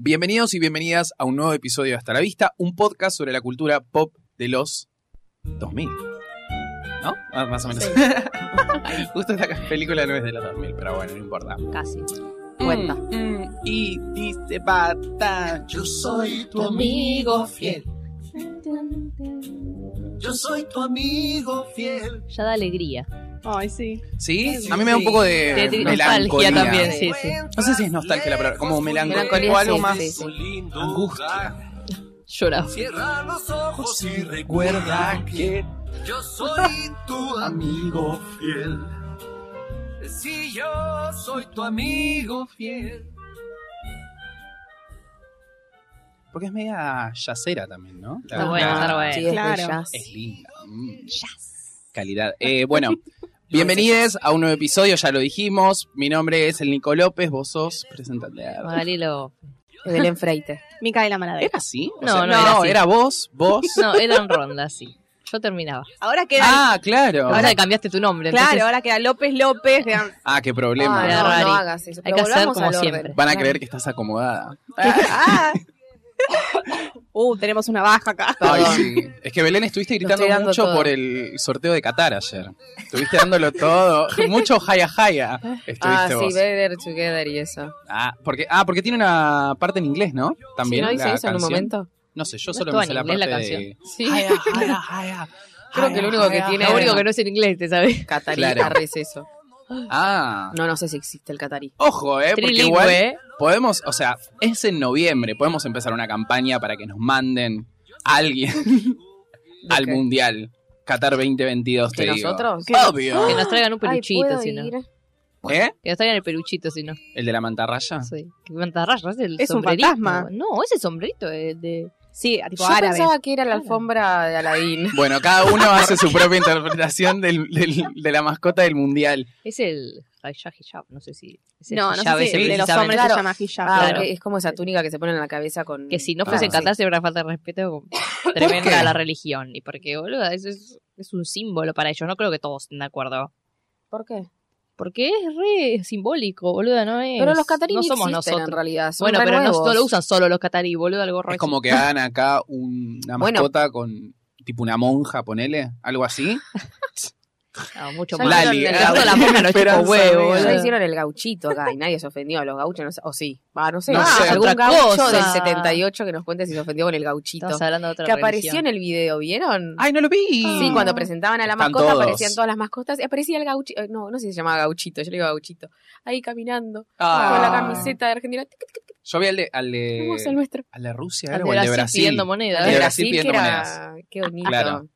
Bienvenidos y bienvenidas a un nuevo episodio de Hasta la Vista, un podcast sobre la cultura pop de los 2000. ¿No? Ah, Más o menos. Sí. Justo esta película no es de los 2000, pero bueno, no importa. Casi. Mm. Cuenta. y dice pata, yo soy tu amigo fiel. Yo soy tu amigo fiel. Ya da alegría. Ay, sí. ¿Sí? A mí me da un poco de, De- de melancolía. nostalgia también, sí, sí. No sé si es nostalgia la palabra, como melancolía, Melancolía, o algo sí, más. sí, sí. Angustia. Lloraba. Cierra los ojos y recuerda que yo soy tu amigo fiel. Si yo soy tu amigo fiel. Porque es media yacera también, ¿no? La- Está bueno, la- está bueno. es Claro. de Es linda. mm. Calidad. Eh, bueno, bienvenidos a un nuevo episodio, ya lo dijimos. Mi nombre es el Nico López, vos sos presentante. Magalí lo- Belén Freite. Micaela Maradero. ¿Era así? O No, sea, no era así. vos, vos. No, eran rondas, sí. Yo terminaba. Ahora queda. ah, claro. Ahora que cambiaste tu nombre. claro, entonces ahora queda López López. quedan- Ah, qué Ah, problema. Era no, rari. no hagas eso. Hay pero que hacer volvamos como al orden. siempre. Van a creer que estás acomodada. Ah. Uh, tenemos una baja acá. Ay, sí. Es que Belén estuviste gritando estoy dando mucho todo. por el sorteo de Qatar ayer. Estuviste dándolo todo. Mucho jaya jaya estuviste Ah, vos. sí, Better Together y eso. Ah, porque, ah, porque tiene una parte en inglés, ¿no? También. ¿No hizo la eso en un canción. momento? No sé, yo No solo estuvo me sé en la parte inglés la de... Sí. Jaya, jaya, jaya. Creo que lo único que tiene Lo único que no es en inglés, te sabes. catarí Claro. arre, es eso. Ah. No, no sé si existe el catarí. Ojo, eh, porque Trilingüe. igual podemos, o sea, es en noviembre, podemos empezar una campaña para que nos manden a alguien al qué? mundial Qatar 2022, te ¿Que digo. nosotros? Obvio. Que nos traigan un peluchito, ¿puedo si no. ir? ¿Eh? Que nos traigan el peluchito, si no. ¿El de la Ah. mantarraya? Sí. Que mantarraya, es el Es un sombrerito. fantasma. No, ese sombrerito es de... Sí, a tipo Yo árabe. pensaba que era la alfombra de Aladín. Bueno, cada uno hace su propia interpretación del- del- de la mascota del mundial. Es el hijab, hijab, no sé si... es el No, no hijab sé si ese que el de se los saben. hombres Claro. se llama hijab. Ah, Claro. ok, es como esa túnica que se pone en la cabeza con... Que si no Ah, fuese en sí. Qatar sería una falta de respeto tremenda a la religión. Y porque, boludo, eso es, es un símbolo para ellos. No creo que todos estén de acuerdo. ¿Por qué? Porque es re simbólico, boludo, no es. Pero los catarí no ni somos existen, en nosotros. realidad. Son Bueno, re pero no, nuevos. no lo usan solo los catarí, boludo, algo re. Es como que hagan acá un- una Bueno. mascota con tipo una monja, ponele, algo así. No, mucho Ya más. hicieron Lali, ah, el- El resto de la monja no chupa Esperanza, huevo, amiga. boludo. Ya hicieron el gauchito acá y nadie se ofendió a los gauchos, no sé- o sí, va, no sé, No Ah, sé. algún Otra gaucho cosa. del 78 que nos cuente si se ofendió con el gauchito. Estamos hablando de otra que apareció religión. en el video, ¿vieron? ¡Ay, no lo vi! Sí, cuando presentaban a la Están mascota todos. aparecían todas las mascotas. y Aparecía el gauchito, eh, no, no sé si se llamaba gauchito, yo le digo gauchito. Ahí caminando, Ah. con la camiseta de Argentina. Tic, tic, tic, Yo vi al de, al de- hermoso el nuestro. al de Rusia, Al era, de o el de Brasil Brasil. pidiendo El moneda. de ¿eh? Brasil que pidiendo era... Qué bonito. Claro.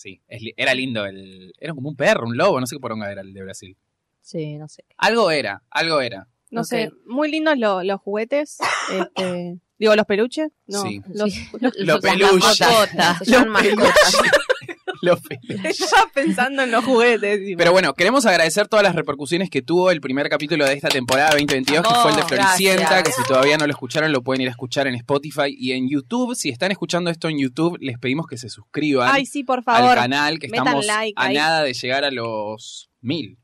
Sí, es li- era lindo el. Era como un perro, un lobo, no sé qué poronga era el de Brasil. Sí, no sé. Algo era, algo era. No ok. sé, muy lindos lo- los juguetes. este, digo, los peluches. No, Sí. los- Los Las peluches. mascotas. Se llaman mascotas. Lo feliz. Estaba pensando en los juguetes. tipo. Pero bueno, queremos agradecer todas las repercusiones que tuvo el primer capítulo de esta temporada 2022, que Oh, fue el de Floricienta, gracias. que si todavía no lo escucharon lo pueden ir a escuchar en Spotify y en YouTube. Si están escuchando esto en YouTube, les pedimos que se suscriban Ay, sí, por al favor. canal, que metan estamos like a ahí. nada de llegar a los mil.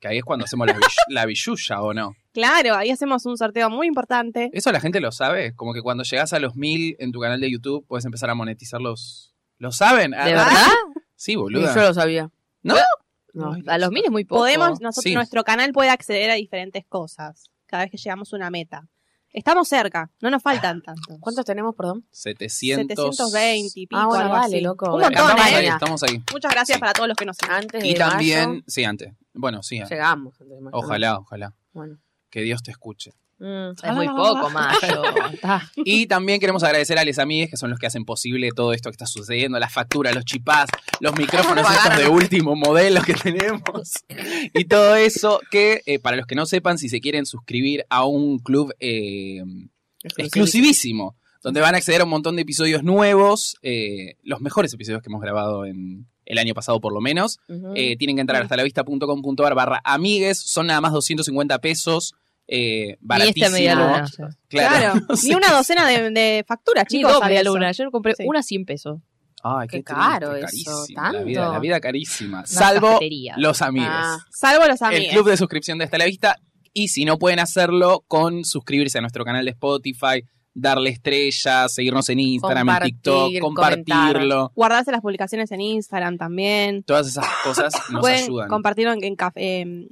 Que ahí es cuando hacemos la, bill- la billulla, ¿o no? Claro, ahí hacemos un sorteo muy importante. Eso la gente lo sabe. Como que cuando llegas a los mil en tu canal de YouTube, puedes empezar a monetizar los. ¿Lo saben? Ah, ¿De verdad? Sí, Yo boluda. lo sabía. ¿No? No. Ay, A los mil es muy poco. Podemos, nosotros, Sí. nuestro canal puede acceder a diferentes cosas cada vez que llegamos a una meta. Estamos cerca, no nos faltan tantos. ¿Cuántos tenemos, perdón? 700. 720 y pico. Ah, bueno, algo vale, así. loco. Un montón, Estamos ahí, ¿eh? estamos ahí. Muchas gracias Sí. para todos los que nos siguen. Antes de Y mayo, también, sí, antes. Bueno, sí, antes. llegamos. antes de mayo. ojalá, ojalá. Bueno. Que Dios te escuche. Mm. Es muy poco, mayo. Ah, Y también queremos agradecer a les amigues, que son los que hacen posible todo esto que está sucediendo, las facturas, los chipás, los micrófonos estos de último modelo que tenemos y todo eso que, eh, para los que no sepan, si se quieren suscribir a un club eh, exclusivísimo, donde van a acceder a un montón de episodios nuevos, eh, los mejores episodios que hemos grabado en el año pasado por lo menos, Mm. Ujú. eh, tienen que entrar hasta la vista.com.ar barra amigues, son nada más 250 pesos, eh, Ni esta baratísimo. media luna. Claro, No sé. ni una docena de, de facturas, Ni chicos. dos sale media eso. luna. Yo compré Sí. una 100 pesos. Ay, Qué qué, caro triste, eso, carísimo. La vida, tanto. la vida carísima. Una Salvo cafetería. los amigos. Ah, Salvo los el amigos. club de suscripción de Hasta la Vista. Y si no pueden hacerlo, con suscribirse a nuestro canal de Spotify, darle estrellas, seguirnos en Instagram, en Compartir, TikTok, compartirlo. Guardarse las publicaciones en Instagram también. Todas esas cosas nos Pueden ayudan. compartir en, en café, em,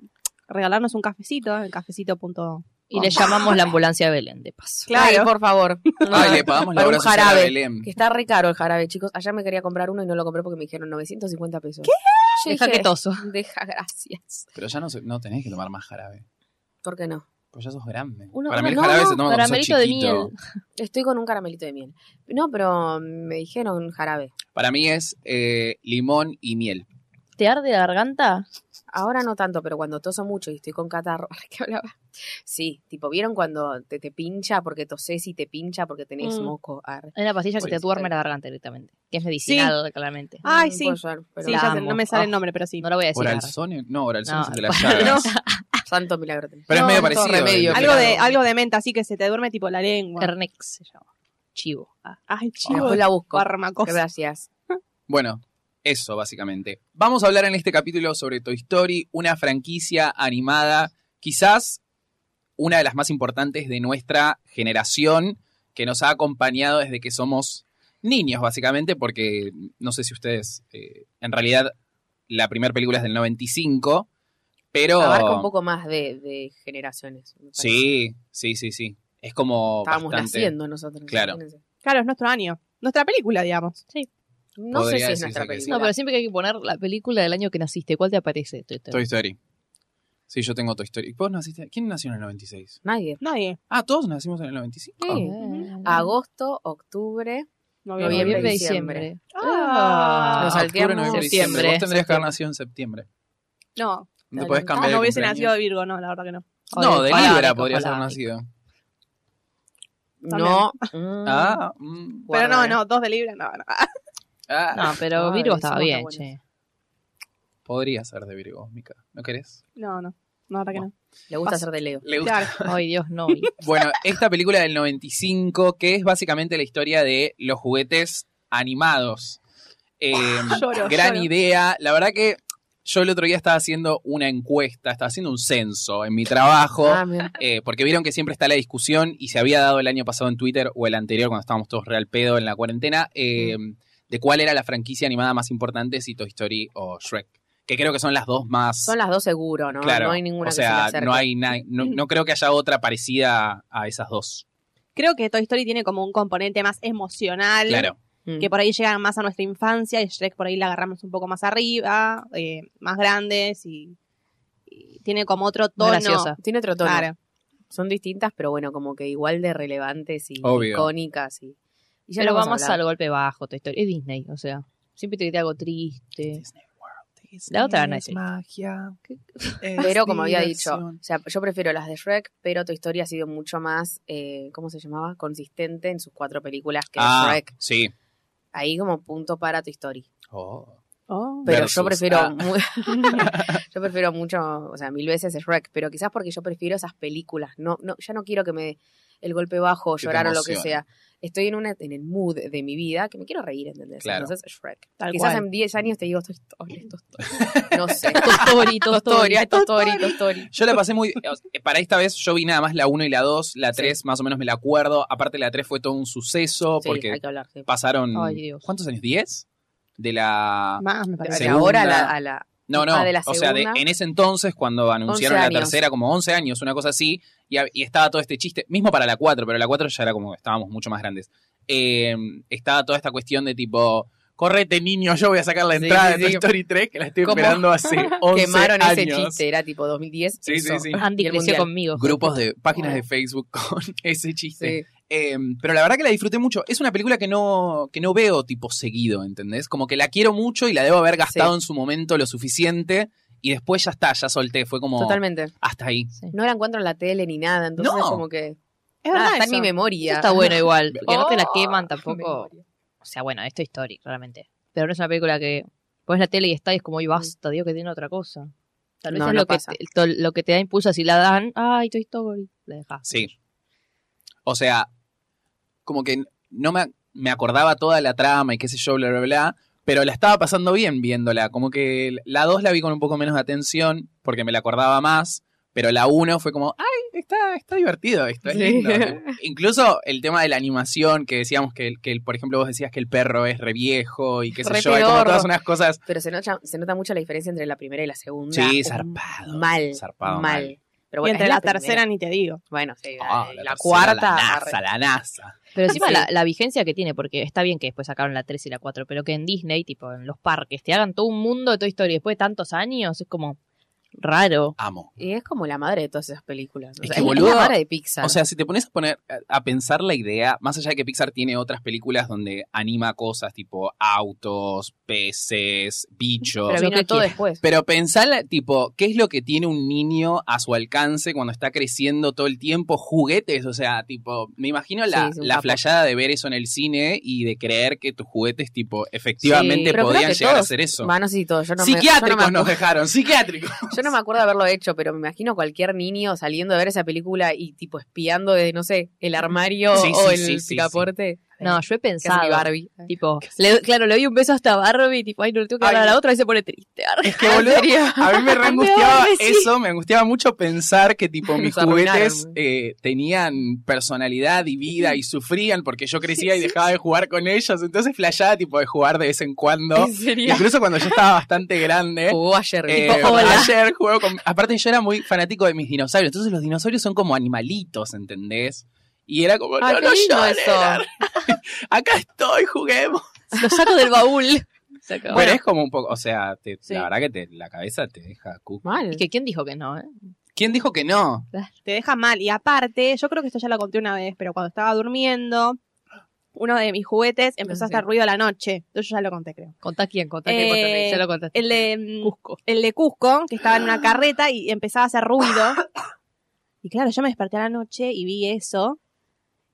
regalarnos un cafecito eh, en cafecito.com. Y le llamamos la ambulancia de Belén, de paso. Claro, por favor. Ay, le pagamos la Para un hora social a jarabe. Belén. Que está re caro el jarabe, chicos. Ayer me quería comprar uno y no lo compré porque me dijeron 950 pesos. ¿Qué? Yo Deja dije, que toso. Deja, gracias. Pero ya no, se- no tenés que tomar más jarabe. ¿Por qué no? Pues ya sos grande. Uno- Para uno- mí el no, jarabe no, se toma cuando sos caramelito de chiquito. miel. Estoy con un caramelito de miel. No, pero me dijeron jarabe. Para mí es eh, limón y miel. ¿Te arde la garganta? Ahora no tanto, pero cuando toso mucho y estoy con catarro, ¿qué hablaba? Sí, tipo, ¿vieron cuando te, te pincha porque tosés y te pincha porque tenés Mm. moco? Arre. Es la pastilla que Pues, te duerme la garganta directamente. Que es medicinal, claramente. Ay, No sí. puedo llorar, pero- Sí, la ya sé, amo. no me sale Ah. el nombre, pero sí. No lo voy a decir. ahora. Oralsonio. No, oralsonio No, es el de las llagas. Santo milagro. tenés. Pero No, es medio no, parecido. remedio, el- Algo de, algo de menta, así que se te duerme tipo la lengua. Ernex se llama. Chivo. Ay, chivo. Después la busco. Fármacos. Gracias. Bueno, eso básicamente. Vamos a hablar en este capítulo sobre Toy Story, una franquicia animada, quizás una de las más importantes de nuestra generación, que nos ha acompañado desde que somos niños, básicamente, porque no sé si ustedes, eh, en realidad la primera película es del 95, pero... Abarca un poco más de, de generaciones. me parece. Sí, sí, sí, sí. Es como... Estábamos bastante- naciendo nosotros. Claro. imagínense. Claro, es nuestro año. Nuestra película, digamos. No Podría sé si es decirse nuestra que sí. película. No, pero siempre que hay que poner la película del año que naciste. ¿Cuál te aparece? Toy Story. Sí, yo tengo Toy Story. ¿Vos naciste? ¿Quién nació en el 96? Nadie. Nadie. Ah, todos nacimos en el 95. Sí. Mm. Agosto, octubre. Noviembre. Mm. Ah, Noviembre, diciembre. diciembre. Ah. Ah, Nos octubre, salteamos noviembre, septiembre. diciembre. Vos tendrías que haber Septiembre. nacido en septiembre. No, No te podés Claro. cambiar. Ah, no de hubiese cumpleaños. nacido Virgo, no, la verdad que no. No, de Ojalá, Libra Nico, podrías haber ojalá. nacido. También. No. mm, Ah, mm, Guarda, Pero no, eh. no, dos de Libra, no, no. ah. No, pero Ay, Virgo estaba somos bien, abuelos. che. Podría ser de Virgo, Mica. ¿No querés? No, no, no, la verdad que no. Le gusta hacer de Leo. Le gusta. Claro. Ay, Dios, no. Bueno, esta película del 95, que es básicamente la historia de los juguetes animados. Eh, Lloro, gran lloro. idea. La verdad que yo el otro día estaba haciendo una encuesta, estaba haciendo un censo en mi trabajo. Ah, mira. Eh, porque vieron que siempre está la discusión y se había dado el año pasado en Twitter o el anterior cuando estábamos todos real pedo en la cuarentena eh, de cuál era la franquicia animada más importante, si Toy Story o Shrek, que creo que son las dos más. Son las dos seguro, ¿no? claro, no hay ninguna o sea, que se le no acerque. hay na- no, no creo que haya otra parecida a esas dos. Creo que Toy Story tiene como un componente más emocional. Claro. Mm. Que por ahí llegan más a nuestra infancia y Shrek por ahí la agarramos un poco más arriba, eh, más grandes y, y tiene como otro tono. graciosa. Tiene otro tono. Claro. Son distintas, pero bueno, como que igual de relevantes y Obvio. icónicas. Y, y ya Pero lo vamos vamos a hablar. al golpe bajo, Toy Story. Es Disney, o sea. Siempre te grita algo triste. La otra no es triste. magia. Pero como había dicho, o sea, yo prefiero las de Shrek, pero tu historia ha sido mucho más, eh, ¿cómo se llamaba? Consistente en sus cuatro películas que Ah, Shrek. sí. Ahí como punto para tu historia. Oh. Oh. Pero Versus, yo prefiero ah. mu- yo prefiero mucho, o sea, mil veces Shrek, pero quizás porque yo prefiero esas películas. No, no, ya no quiero que me dé el golpe bajo, te llorar o lo que emocione. sea. Estoy en una, en el mood de mi vida que me quiero reír, ¿entendés? Claro. Entonces Shrek. Tal quizás cual. en 10 años te digo Toy Story, Toy Story". No sé. Toy Story, Toy Story, Toy Story, Toy Story. Yo la pasé muy. o sea, eh, Para esta vez yo vi nada más la 1 y la 2, la 3 más o menos me la acuerdo. Aparte la 3 fue todo un suceso Sí, porque hay que hablar. sí. pasaron. Ay, Dios. ¿Cuántos años? ¿10? De la. Más, me parece. De ahora a la, segunda. a la- No, no. Ah, de la o sea, de- segunda. en ese entonces, cuando anunciaron la años. tercera, como 11 años, una cosa así, y, hab- y estaba todo este chiste, mismo para la 4, pero la 4 ya era como estábamos mucho más grandes. Eh, estaba toda esta cuestión de tipo. Correte, niño, yo voy a sacar la Sí, entrada sí, de Toy sí. Story 3, que la estoy Como esperando hace 11 quemaron años. ese chiste, era tipo 2010. Sí, sí, eso. sí. Y Andy el creció mundial. conmigo. Grupos de páginas de Facebook con ese chiste. Sí. Eh, pero la verdad que la disfruté mucho. Es una película que no, que no veo tipo seguido, ¿entendés? Como que la quiero mucho y la debo haber gastado Sí. en su momento lo suficiente. Y después ya está, ya solté. Fue como Totalmente. hasta ahí. No la encuentro en la tele ni nada, entonces No. es como que Es nada, verdad. está eso. en mi memoria. Eso está bueno igual, porque no te la Oh, queman tampoco. Memoria. O sea, bueno, esto es historia, claramente. Pero no es una película que pones la tele y está y es como, y basta, digo que tiene otra cosa. Tal vez No, es no lo, que pasa. te, to- lo que te da impulso. Si la dan, ay, Toy Story, la dejas. Sí. O sea, como que no me, me acordaba toda la trama y qué sé yo, bla, bla, bla. Pero la estaba pasando bien viéndola. Como que la 2 la vi con un poco menos de atención porque me la acordaba más. Pero la 1 fue como, ay, está, está divertido esto, es lindo. Incluso el tema de la animación, que decíamos que, el- que el- por ejemplo, vos decías que el perro es re viejo y qué sé Re yo, hay como pedorro. todas unas cosas. Pero se nota, se nota mucho la diferencia entre la primera y la segunda. Sí, Un- zarpado. Mal. zarpado, mal. mal. Pero y bueno, entre es la, primera. tercera ni te digo. Bueno, sí. Ah, la, la la tercera, cuarta. La arre. NASA, la NASA. Pero encima Sí. la, la vigencia que tiene, porque está bien que después sacaron la 3 y la 4, pero que en Disney, tipo en los parques, te hagan todo un mundo de Toy Story después de tantos años, es como raro. Amo. Y es como la madre de todas esas películas. O Es sea, que, la boludo, madre de Pixar. O sea, si te pones a poner eh, a a pensar la idea, más allá de que Pixar tiene otras películas donde anima cosas tipo autos, peces, bichos. pero lo vino que todo quiera. después. Pero pensar, tipo, ¿qué es lo que tiene un niño a su alcance cuando está creciendo todo el tiempo? Juguetes, o sea, tipo, me imagino la, Sí, sí, un la capo. flayada de ver eso en el cine y de creer que tus juguetes, tipo, efectivamente Sí, pero creo podían que llegar a todos- ser eso. Bueno, sí, todo. Yo no me- yo no me psiquiátricos acuerdo. nos dejaron, psiquiátricos. Yo no me acuerdo haberlo hecho, pero me imagino cualquier niño saliendo de ver esa película y tipo espiando de, no sé, el armario Sí, sí, o el sí, sí, picaporte. No, yo he que es mi pensado. Barbie. Tipo, le doy- claro, le doy un beso hasta Barbie, tipo, ay, no le tengo que dar Ay, a la no. otra y se pone triste. arre. Es que, Ah, boludo, a mí me re angustiaba Ay, sí. eso, me angustiaba mucho pensar que, tipo, mis Nos arruinaron. juguetes eh, tenían personalidad y vida y sufrían porque yo crecía y dejaba de jugar con ellos. Entonces, flayada, tipo, de jugar de vez en cuando. ¿En serio? Incluso cuando yo estaba bastante grande. Jugó ayer. Eh, tipo, hola. Ayer juego con. Aparte, yo era muy fanático de mis dinosaurios. Entonces, los dinosaurios son como animalitos, ¿entendés? Y era como, Ay, no, Ah, qué no lindo llores, eso. acá estoy, juguemos. Lo saco del baúl. Se acabó. Bueno, es como un poco, o sea, te- Sí. la verdad que te- la cabeza te deja cuco. Mal. Es que quién dijo que no, ¿eh? ¿Quién dijo que no? Te deja mal. Y aparte, yo creo que esto ya lo conté una vez, pero cuando estaba durmiendo, uno de mis juguetes empezó a Sí. hacer ruido a la noche. Entonces yo ya lo conté, creo. Contá quién, contá quién, Eh, contá quién, ya lo contaste. El de, mm, Cusco. el de Cusco, que estaba en una carreta y empezaba a hacer ruido. Y claro, yo me desperté a la noche y vi eso.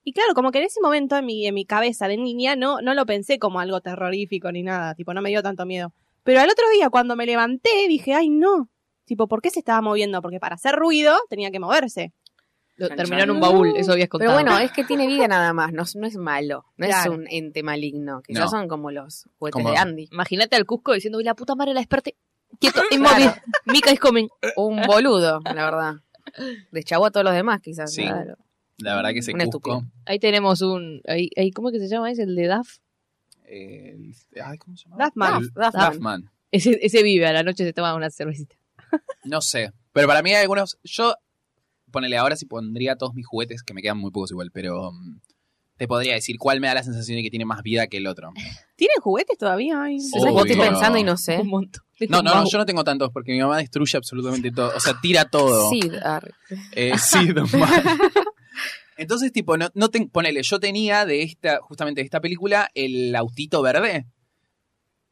Y claro, como que en ese momento en mi, en mi cabeza de niña no, no lo pensé como algo terrorífico ni nada, tipo, no me dio tanto miedo. Pero al otro día cuando me levanté dije, ay no, tipo, ¿por qué se estaba moviendo? Porque para hacer ruido tenía que moverse. Lo Chan, terminó chan. en un baúl, eso habías contado. Pero bueno, es que tiene vida nada más, no, es- no es malo, no Claro. es un ente maligno, quizás No. son como los juguetes Como- de Andy. Imagínate al Cusco diciendo, uy, la puta madre la desperté. Quieto, inmóvil. Mika is coming. Un boludo, la verdad. Deschavó a todos los demás, quizás. Sí. ¿no? La verdad que se Un Cusco. Ahí tenemos un. Ahí, ahí, ¿Cómo que se llama? ¿Es el de Daf? eh, el- ay, ¿cómo se llama? Duff Man. El- Duff Duff Man. Man. Ese, ese vive, a la noche se toma una cervecita. No sé. Pero para mí hay algunos. Yo, ponele ahora si pondría todos mis juguetes, que me quedan muy pocos igual, pero. mm, te podría decir cuál me da la sensación de que tiene más vida que el otro. ¿Tienen juguetes todavía? Ay, no. ¿Sabes que estoy Obvio. pensando y no sé? Un montón. No, no, no, yo no tengo tantos porque mi mamá destruye absolutamente todo. O sea, tira todo. Sí, arre. Eh, sí, Don Mar. Entonces, tipo, no, no te, ponele, yo tenía de esta, justamente de esta película, el autito verde.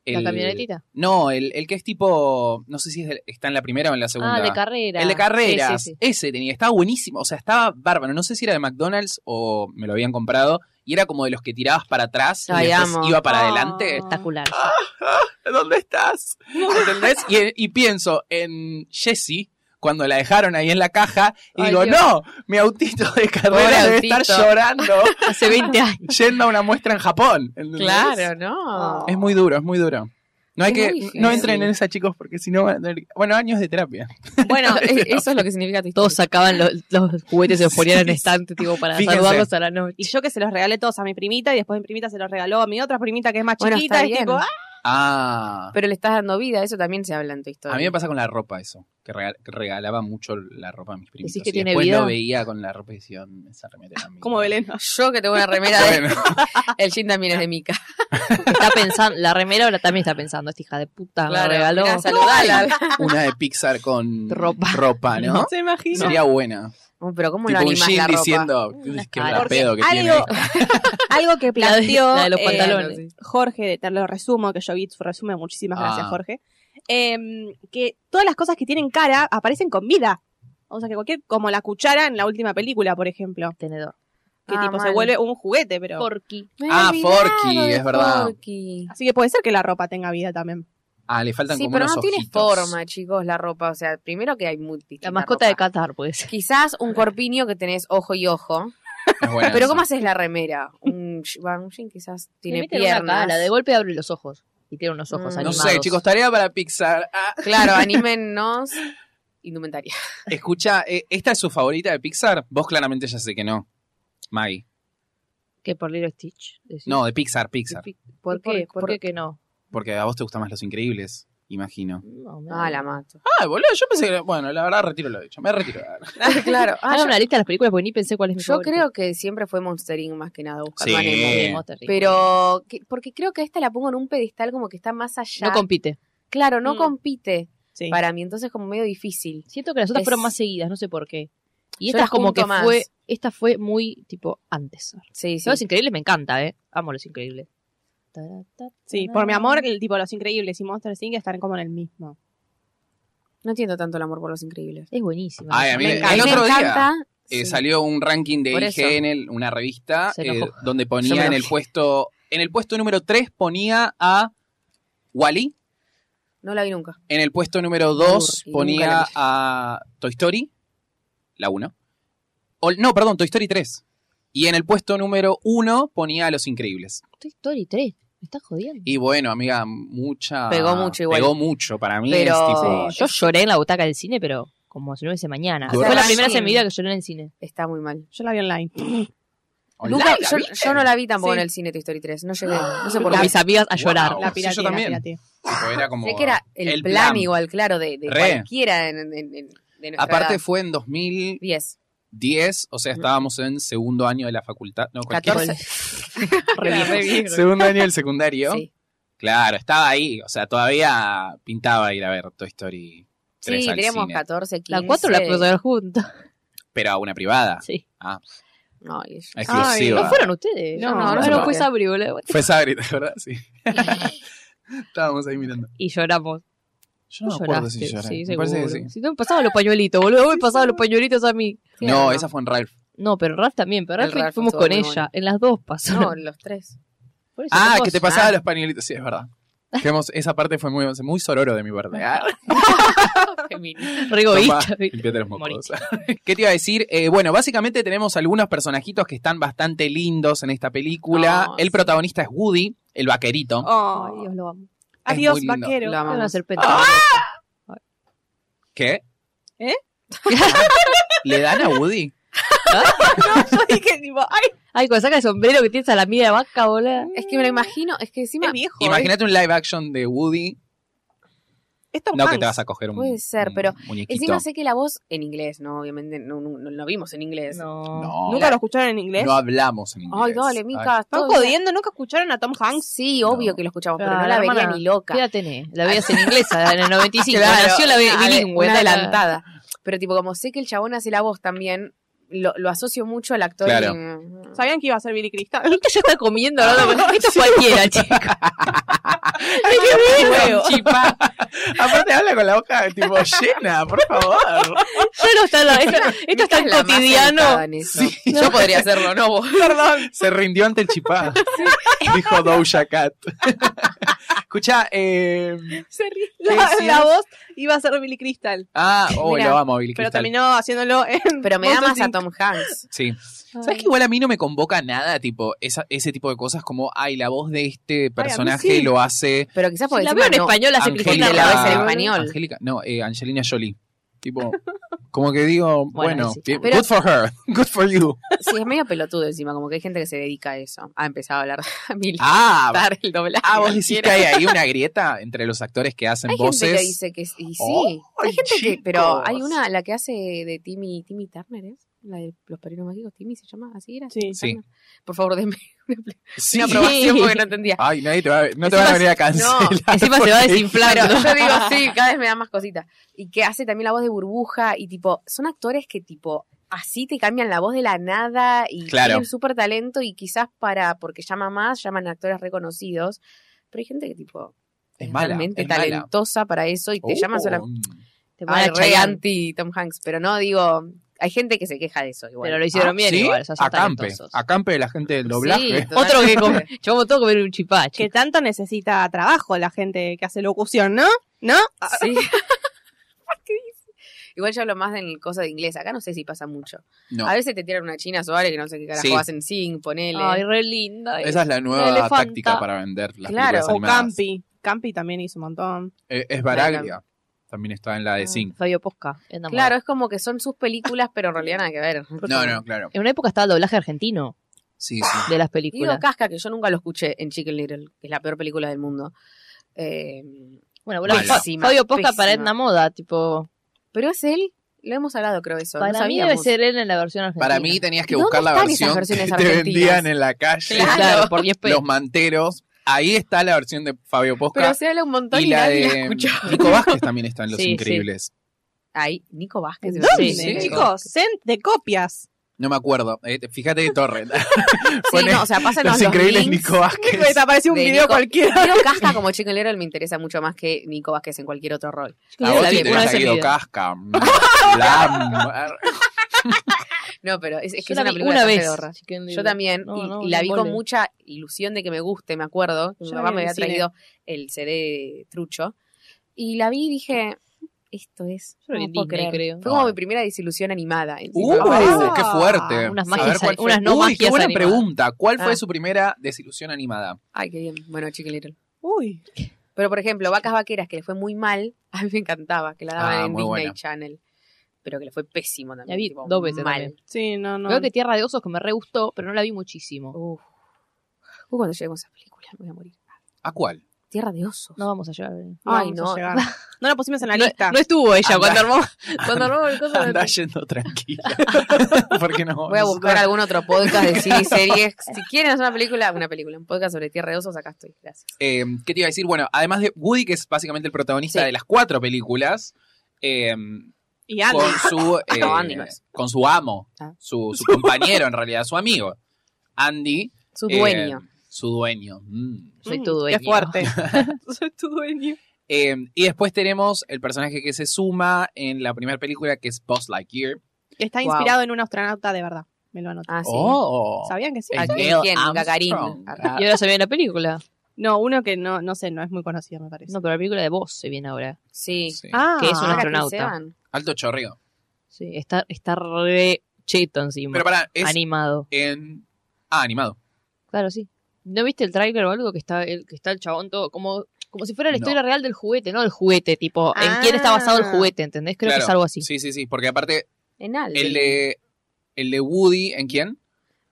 La El- camionetita. Ah, No, el, el que es tipo, no sé si es de- está en la primera o en la segunda. Ah, de carrera. El de carreras. Sí, sí, sí. Ese tenía, estaba buenísimo. O sea, estaba bárbaro. No sé si era de McDonald's o me lo habían comprado. Y era como de los que tirabas para atrás Ay, y después amo. iba para Ah. adelante. Espectacular. Ah. ¿Dónde estás? ¿Entendés? Y, y pienso en Jessie cuando la dejaron ahí en la caja y Ay, digo, Dios. no, mi autito de Pobre carrera debe autito. estar llorando Hace 20 años. yendo a una muestra en Japón. ¿entendés? Claro, ¿no? Es muy duro, es muy duro. No hay Es que, muy no heavy. entren en esa chicos porque si no van a tener, bueno, años de terapia. Bueno, e- eso es lo que significa tu Todos historia. sacaban los, los juguetes, se los ponían en Sí. estante, tipo, para Fíjense. saludarlos a la noche. Y yo que se los regalé todos a mi primita y después mi primita se los regaló a mi otra primita que es más Bueno, chiquita. está es bien. tipo, ¡ah! Ah. Pero le estás dando vida, eso también se habla en tu historia. A mí me pasa con la ropa eso, que regal- que regalaba mucho la ropa a mis primitos. que y tiene después vida? lo veía con la ropa y decía, "Mm, esa remera era mía". como Belén. Yo que tengo una remera de... Bueno, El jean también es de Mica. Está pensando, la remera ahora también está pensando, esta hija de puta, me regaló. mirá, saludala. una de Pixar con Ropa. ¿no? ¿Se imagina? Sería buena. Uh, Pero ¿cómo lo tipo un animas la jean ropa? diciendo, "Uy, qué cara. rapedo que tiene. algo, algo que La de- planteó la de los eh, pantalones. Jorge, te lo resumo, que yo vi su resumen, muchísimas Ah. gracias Jorge, em, que todas las cosas que tienen cara aparecen con vida. O sea, que cualquier, como la cuchara en la última película, por ejemplo, Tenedor. que Ah, tipo se mal. vuelve un juguete, pero... Porky. Me he Ah, olvidado Forky, de es verdad. Forky. Así que puede ser que la ropa tenga vida también. Ah, le faltan Sí, como pero no unos tiene ojitos. forma, chicos, la ropa. O sea, primero que hay muy La distinta mascota de ropa. Qatar, pues. puede ser. Quizás un corpiño que tenés ojo y ojo. Es buena Pero esa. ¿cómo haces la remera? Un, sh- bueno, un jean quizás tiene meten una piernas. cala, de golpe abre los ojos. Y tiene unos ojos No Mm. animados. sé, chicos, tarea para Pixar. Ah, Claro, anímenos. Indumentaria. Escucha, eh, ¿esta es su favorita de Pixar? Vos claramente ya sé que no. Maggie. que por Little Stitch. decís. No, de Pixar, Pixar. Pi- ¿Por ¿Por- qué? ¿Por, por- qué que no? Porque a vos te gustan más Los Increíbles, imagino. No, me- Ah, la mato. Ah, boludo, yo pensé que... Bueno, la verdad retiro lo dicho, me retiro. claro. Ah, Hagan yo, una lista de las películas porque ni pensé cuál es mi yo creo que siempre fue Monster Inc. más que nada buscando Sí. ánimo. Eh, Pero, que- porque creo que a esta la pongo en un pedestal como que está más allá. no compite. claro, no Mm. compite Sí. para mí, entonces como medio difícil. Siento que las otras Es- fueron más seguidas, no sé por qué. Y Yo esta las es como junto que más. fue, esta fue muy tipo antes. Sí, sí. Los increíbles me encanta, eh. Amo los increíbles. Sí, por mi amor, el tipo Los Increíbles y Monster Inc. están como en el mismo. No entiendo tanto el amor por los increíbles. Es buenísima. Ay, a mí Me el encanta. otro Me día, encanta. Eh, Sí. Salió un ranking de Por eso. IGN, una revista, Se enojó. eh, donde Yo me ponía en el enojé. puesto... En el puesto número 3 ponía a Wally. No la vi nunca. En el puesto número 2 Burro, y nunca ponía la vi. a Toy Story, la 1. O- no, perdón, Toy Story 3. Y en el puesto número 1 ponía a Los Increíbles. Toy Story 3. Me estás jodiendo. Y bueno, amiga, mucha... Pegó mucho igual. Pegó mucho, para mí Pero- es tipo... Sí. Yo lloré en la butaca del cine, pero como si no hubiese mañana. Correcto. Fue la primera vez en Sí. mi vida que lloré en el cine. Está muy mal. Yo la vi online. Online, Nunca, ¿la yo, viste? yo no la vi tampoco Sí. Ah, en el cine Toy Story 3. No llegué. No sé por Con qué. mis amigas a Wow. llorar. Oh, Sí, yo La pirateé, la también. pirateé. Tipo, era como Sé que era el, el plan, plan. igual, claro, de, de Re. cualquiera en, en- en- de nuestra Aparte edad. fue en 2010, 10, o sea, estábamos en segundo año de la facultad. No, cualquier- 14. Re bien. Segundo año del secundario. Sí, Claro, estaba ahí. O sea, todavía pintaba ir a ver Toy Story 3 sí al teníamos cine. 14, 15. La 4 la pudimos ver juntos. Pero a una privada. Sí. No, y yo- Exclusiva. Ay, No fueron ustedes. No, no, Pero no. fue Sabri, boludo. Fue Sabri, ¿te acordás? Sí. Estábamos ahí mirando. Y lloramos. Yo no Vos me acuerdo lloraste, si lloré. Sí, me parece que sí. seguro. Si no me pasaban los pañuelitos, boludo. Vos me pasabas los pañuelitos a mí. Sí, No, esa fue en Ralph. No, pero Raf también. Pero El Raf Raf fuimos estuvo con muy ella. bueno. En las dos pasó. No, los tres. Por eso Ah, fuimos- que te pasaba Ah, los pañuelitos. Sí, es verdad. Queremos- esa parte fue muy, muy sororo de mi parte. Ah, re toma, egoísta, ¿viste? limpiate los mocos. ¿Qué te iba a decir? Eh, bueno, básicamente tenemos algunos personajitos que están bastante lindos en esta película. Oh, el sí. protagonista es Woody, el vaquerito. Oh, Ay, Dios, lo amo. Adiós, muy lindo. vaquero. La- Era amamos. una serpiente. ¿Qué? ¿Eh? ¿Le dan a Woody? Yo dije, tipo, ay, Ay, cuando saca el sombrero que tienes a la mía de vaca, boludo. Es que me lo imagino, es que encima es viejo. Imagínate un live action de Woody. eh, Es Tom No que Hanks. te vas a coger un, Puede ser, un pero muñequito. encima sé que la voz en inglés, ¿no? Obviamente no, no, no lo vimos en inglés. No. No, ¿Nunca lo escucharon en inglés? no hablamos en inglés. Ay, dale, Mica. Están todo bien. jodiendo, nunca escucharon a Tom Hanks. Sí, obvio No. que lo escuchamos, pero Ah, no la la veía hermana. ni loca. ¿Qué edad tenés? La veías en inglesa en el 95. Claro, nació la una- vi- bilingüe. una dale. adelantada. Pero tipo, como sé que el chabón hace la voz también, lo, lo asocio mucho al actor. Claro. y- ¿Sabían que iba a ser Billy Crystal? Mica ya está comiendo, ¿no? Esto es cualquiera, chica. Ay, qué bueno. Chipa. Aparte habla con la boca tipo llena, por favor. Ya no está la- esto, esto es Mica tan la más educada cotidiano. en eso. Yo podría hacerlo, no vos. Perdón. Se rindió ante el chipá. Dijo Doja Cat. Escucha, eh, La, decías? la voz iba a ser Billy Crystal. ah, oh, Mirá, lo amo, Billy Pero Crystal. terminó haciéndolo en. Pero me da más Monster a Inc. Tom Hanks. Sí. ¿Sabes que igual a mí no me convoca nada, tipo, esa, ese tipo de cosas como, ay, la voz de este personaje sí. lo hace Pero quizás porque la encima veo en no- español, hace Angélica- Cristina la ves en Ricci. español. Angélica, no, eh, Angelina Jolie. Tipo, como que digo, bueno, Bueno, sí. bien, Pero- good for her, good for you. Sí, es medio pelotudo encima, como que hay gente que se dedica a eso. Ha empezado a hablar a mil Ah, el doblaje. ah vos decís que cualquiera. hay ahí una grieta entre los actores que hacen Hay voces. gente que dice que sí. y sí. Ay, hay gente que, Eh, pero hay chicos. una, la que hace de Timmy, Timmy Turner, ¿eh? La de los perinos mágicos, Timmy se llama, así era. Sí. Sí. Turner. Por favor, denme una, pl- Sí. una aprobación porque no entendía. Ay, nadie te va a, no te van a Encima- venir a cancelar. Encima se va porque- desinflando. Pero yo digo, sí, cada vez me da más cositas. Y que hace también la voz de burbuja y tipo, son actores que tipo, así te cambian la voz de la nada y Claro. tienen súper talento y quizás para, porque llama más, llaman a actores reconocidos. Pero hay gente que tipo, Es mala, realmente es mala. talentosa para eso y te Oh, llaman solamente. mm. Te van a Ay, re Chayanne. anti Tom Hanks, pero no digo, hay gente que se queja de eso igual. Pero lo hicieron bien ¿Ah, ¿Sí? igual. o sea, son Acampe, talentosos. acampe de la gente del doblaje. Sí, Otro que totalmente. come. Llevamos todo a comer un chipache. Que tanto necesita trabajo la gente que hace locución, ¿no? ¿No? Sí. ¿Qué dice? Igual yo hablo más en cosa de inglés. Acá no sé si pasa mucho. No. A veces te tiran una china Suárez que no sé qué carajo Sí. hacen zinc, ponele. Ay, re eh. linda. Esa es la nueva elefanta. táctica para vender las Claro. películas O animadas. Campi. Campi también hizo un montón. Eh, es Baraglia. También está en la Ah. de Zinc. Fabio Posca. enamorado. Claro, es como que son sus películas, pero en realidad nada que ver. No, no, claro. En una época estaba el doblaje argentino Sí, sí. de las Guido películas. Casca, que yo nunca lo escuché en Chicken Little, que es la peor película del mundo. Eh, Bueno, boludo, Mala. Fa- Fabio Posca para Pésima. Edna Moda, tipo. pero es él, lo hemos hablado, creo, eso. Para no mí debe sabíamos. ser él en la versión argentina. Para mí tenías que ¿Dónde buscar la están versión esas que versiones te argentinas? vendían en la calle, Sí, Claro, Claro. pues. por 10 pesos. los manteros. Ahí está la versión de Fabio Pero Posca se habla un montón y y, la nadie la de mm, escucha. Nico Vázquez también está en Los Sí, sí. Increíbles. Ay, Nico Vázquez. ¿En me ¿Dónde, parece. sí. chicos? Cent de copias. No me acuerdo. eh, fíjate de Torre. Sí, no, o sea, pásanos Los los, Increíbles links. Nico Vázquez. Desapareció Pues, un de video Nico- cualquiera. Guido Casca como Chicken Little me interesa mucho más que Nico Vázquez en cualquier otro rol. A vos la sí vi, te una la vez en mi salido vida. casca. Mm, La- No, pero es, es que Yo es la una vi película una tan vez. pedorra. Chicken Yo Little. también, No, y, no, y la un vi embole. con mucha ilusión de que me guste, me acuerdo. Mi Yo la mamá vi me en había el cine. traído el CD trucho. Y la vi y dije, esto es. Yo la vi no en puedo Disney, creer. creo. Fue como No. mi primera desilusión animada. encima, Uh, me parece. qué fuerte. unas A magias ver cuál ani- fue. unas no Uy, qué magias buena animadas. pregunta. ¿Cuál fue Ah. su primera desilusión animada? Ay, qué bien. Bueno, Chicken Little. Uy. Pero, por ejemplo, Vacas Vaqueras, que le fue muy mal, a mí me encantaba, que la daban Ah, en muy Disney buena. Channel. Pero que le fue pésimo también. La vi tipo, dos veces mal. también. Sí, no, no. Creo que Tierra de Osos que me re gustó, pero no la vi muchísimo. Uf. Uh, cuando lleguemos a esa película, me voy a morir. ¿A cuál? Tierra de osos. No vamos a llegar. Ay, vamos a no. llegar. No la pusimos en la No, lista. no estuvo Pues ella Andá. cuando armó, cuando armó el coso de- Anda yendo tranquila. Porque no, Voy a nosotros- buscar algún otro podcast de cine y series. Si quieren hacer una película, una película, un podcast sobre Tierra de Osos, acá estoy. Gracias. Eh, ¿Qué te iba a decir? Bueno, además de Woody, que es básicamente el protagonista Sí. de las cuatro películas, eh, Y Andy. con, su, eh, Ah, No, Andy no es. con su amo, Ah. su, su compañero en realidad, su amigo, Andy, Su Eh, dueño. su dueño. Mm. Soy Mm, tu dueño. Qué fuerte. Soy tu dueño. Eh, y después tenemos el personaje que se suma en la primera película, que es Buzz Lightyear. Está Wow. inspirado en un astronauta de verdad. Me lo anoté. ah, sí. ¡Oh! ¿Sabían que sí? Eh, ¿A quién? Neil ¿Quién? Gagarín. Armstrong. Y ahora se viene la película. No, uno que no, no sé, no es muy conocido, me parece. No, pero la película de vos se viene ahora. Sí. Sí. Ah, que es un Ahora que astronauta. se van. Alto chorreo. Sí, está, está re cheto encima. Pero pará, es Animado. en... Ah, animado. Claro, sí. ¿No viste el tráiler o algo que está el, que está el chabón todo como como si fuera la No. historia real del juguete, no el juguete, tipo, en quién está basado el juguete, ¿entendés? Creo Claro. que es algo así. Sí, sí, sí. Porque aparte, En Aldrin. el de, el de Woody, ¿en quién?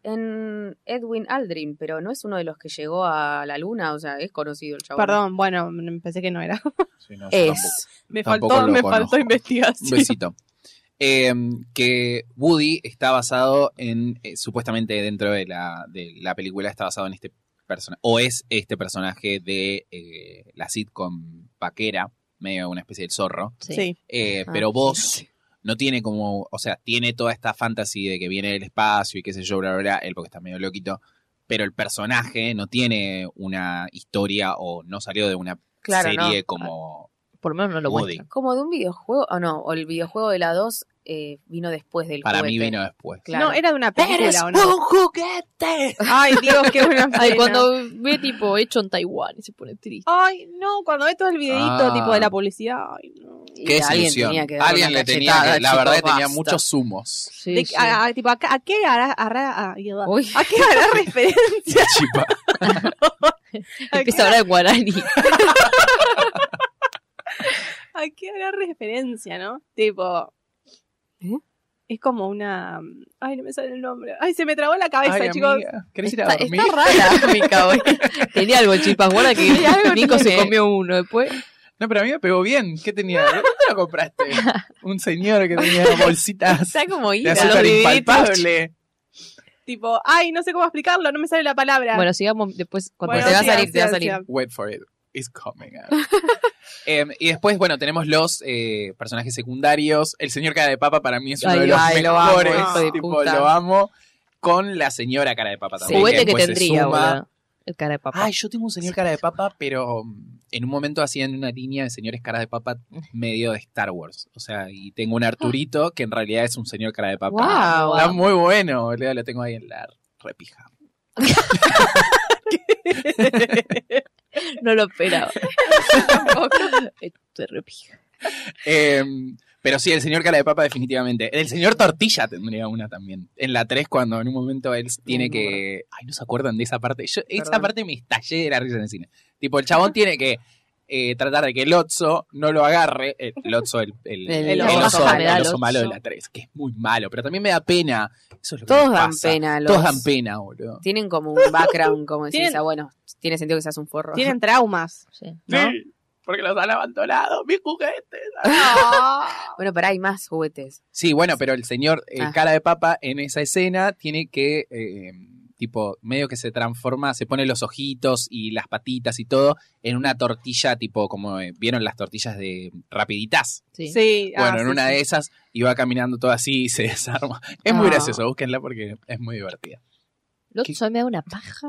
En Edwin Aldrin, pero no es uno de los que llegó a la luna, o sea, es conocido el chabón. Perdón, bueno, m- pensé que no era. Es. Me Tampoco faltó, lo conozco. Pues, me faltó Un investigación. besito. Eh, que Woody está basado en, eh, supuestamente dentro de la, de la película está basado en este personaje, o es este personaje de eh, la sitcom Paquera, medio una especie del zorro, Sí. Eh, Ah. pero vos no tiene como, o sea, tiene toda esta fantasy de que viene del espacio y qué sé yo, bla, bla, bla, él porque está medio loquito, pero el personaje no tiene una historia o no salió de una Claro, serie no. como Por lo menos no lo Woody. muestran. Como de un videojuego, o no, o el videojuego de la 2 eh, vino después del para juguete. mí vino después. Claro. No, era de una película, ¿o no? juguete! Ay, Dios, qué buena Ay, pena. cuando ve tipo hecho en Taiwán y se pone triste. Ay, no, cuando ve todo el videito Ah. tipo de la publicidad. Ay, no. Qué desilusión. Alguien le tenía que, la verdad, tenía muchos zumos. Sí, De- sí. a, a- tipo, ¿a, qué- a qué hará, hará- a- Uy. ¿a qué hará referencia? Chipa. ¿A qué, Empieza a hablar en guaraní. a qué hará referencia, no? Tipo. ¿Eh? Es como una. Ay, no me sale el nombre. Ay, se me trabó la cabeza, Ay, chicos. amiga, ¿Querés ir a Está, dormir? está rara, Mica, hoy. Tenía algo chipas, guarda que Sí, algo Nico se tiene. comió uno después. No, pero a mí me pegó bien. ¿Qué tenía? ¿Dónde lo compraste? Un señor que tenía bolsitas Está como de ida. azúcar los vidritos. impalpable. Tipo, ay, no sé cómo explicarlo, no me sale la palabra. Bueno, sigamos después cuando Bueno, te va sí, a salir, sí, te va a sí, salir. Wait for it. It's coming up. Em, y después, bueno, tenemos los eh, personajes secundarios. El señor cara de papa para mí es uno Ay, de los ay, lo amo, mejores. hijo de tipo, puta. lo amo. Con la señora cara de papa también. Juguete que después pues se tendría, suma. boludo. El cara de papá. Ay, yo tengo un señor cara de papa, pero mm, en un momento hacían una línea de señores cara de papa medio de Star Wars. O sea, y tengo un Arturito que en realidad es un señor cara de papa. Wow. Está muy bueno, boludo, lo tengo ahí en la repija. No lo esperaba. Te repija. Em, pero sí, el señor cara de papa definitivamente. El señor tortilla tendría una también. En la 3 cuando en un momento él tiene no me que... Ay, no se acuerdan de esa parte. Yo, esa Perdón. parte me estallé de la risa en el cine. Tipo, el chabón tiene que eh, tratar de que Lotso no lo agarre. El Lotso, el, el, El el oso oso, malo. el El oso oso. malo de la 3, que es muy malo, pero también me da pena. Eso es lo que Todos me dan pasa. pena. Los... Todos dan pena, boludo. Tienen como un background, como decís, Tienen- ah, bueno, tiene sentido que seas un forro. Tienen traumas. Sí. ¿no? Sí, porque los han abandonado, mis juguetes. Ah. Bueno, pero hay más juguetes. Sí, bueno, pero el señor eh, Ah. cara de papa en esa escena tiene que, eh, tipo, medio que se transforma, se pone los ojitos y las patitas y todo en una tortilla, tipo, como eh, vieron las tortillas de rapiditas. Sí. Sí, ah, Bueno, en sí, una sí. de esas y va caminando todo así y se desarma. Es muy Ah. gracioso, búsquenla porque es muy divertida. Lotso me da una paja.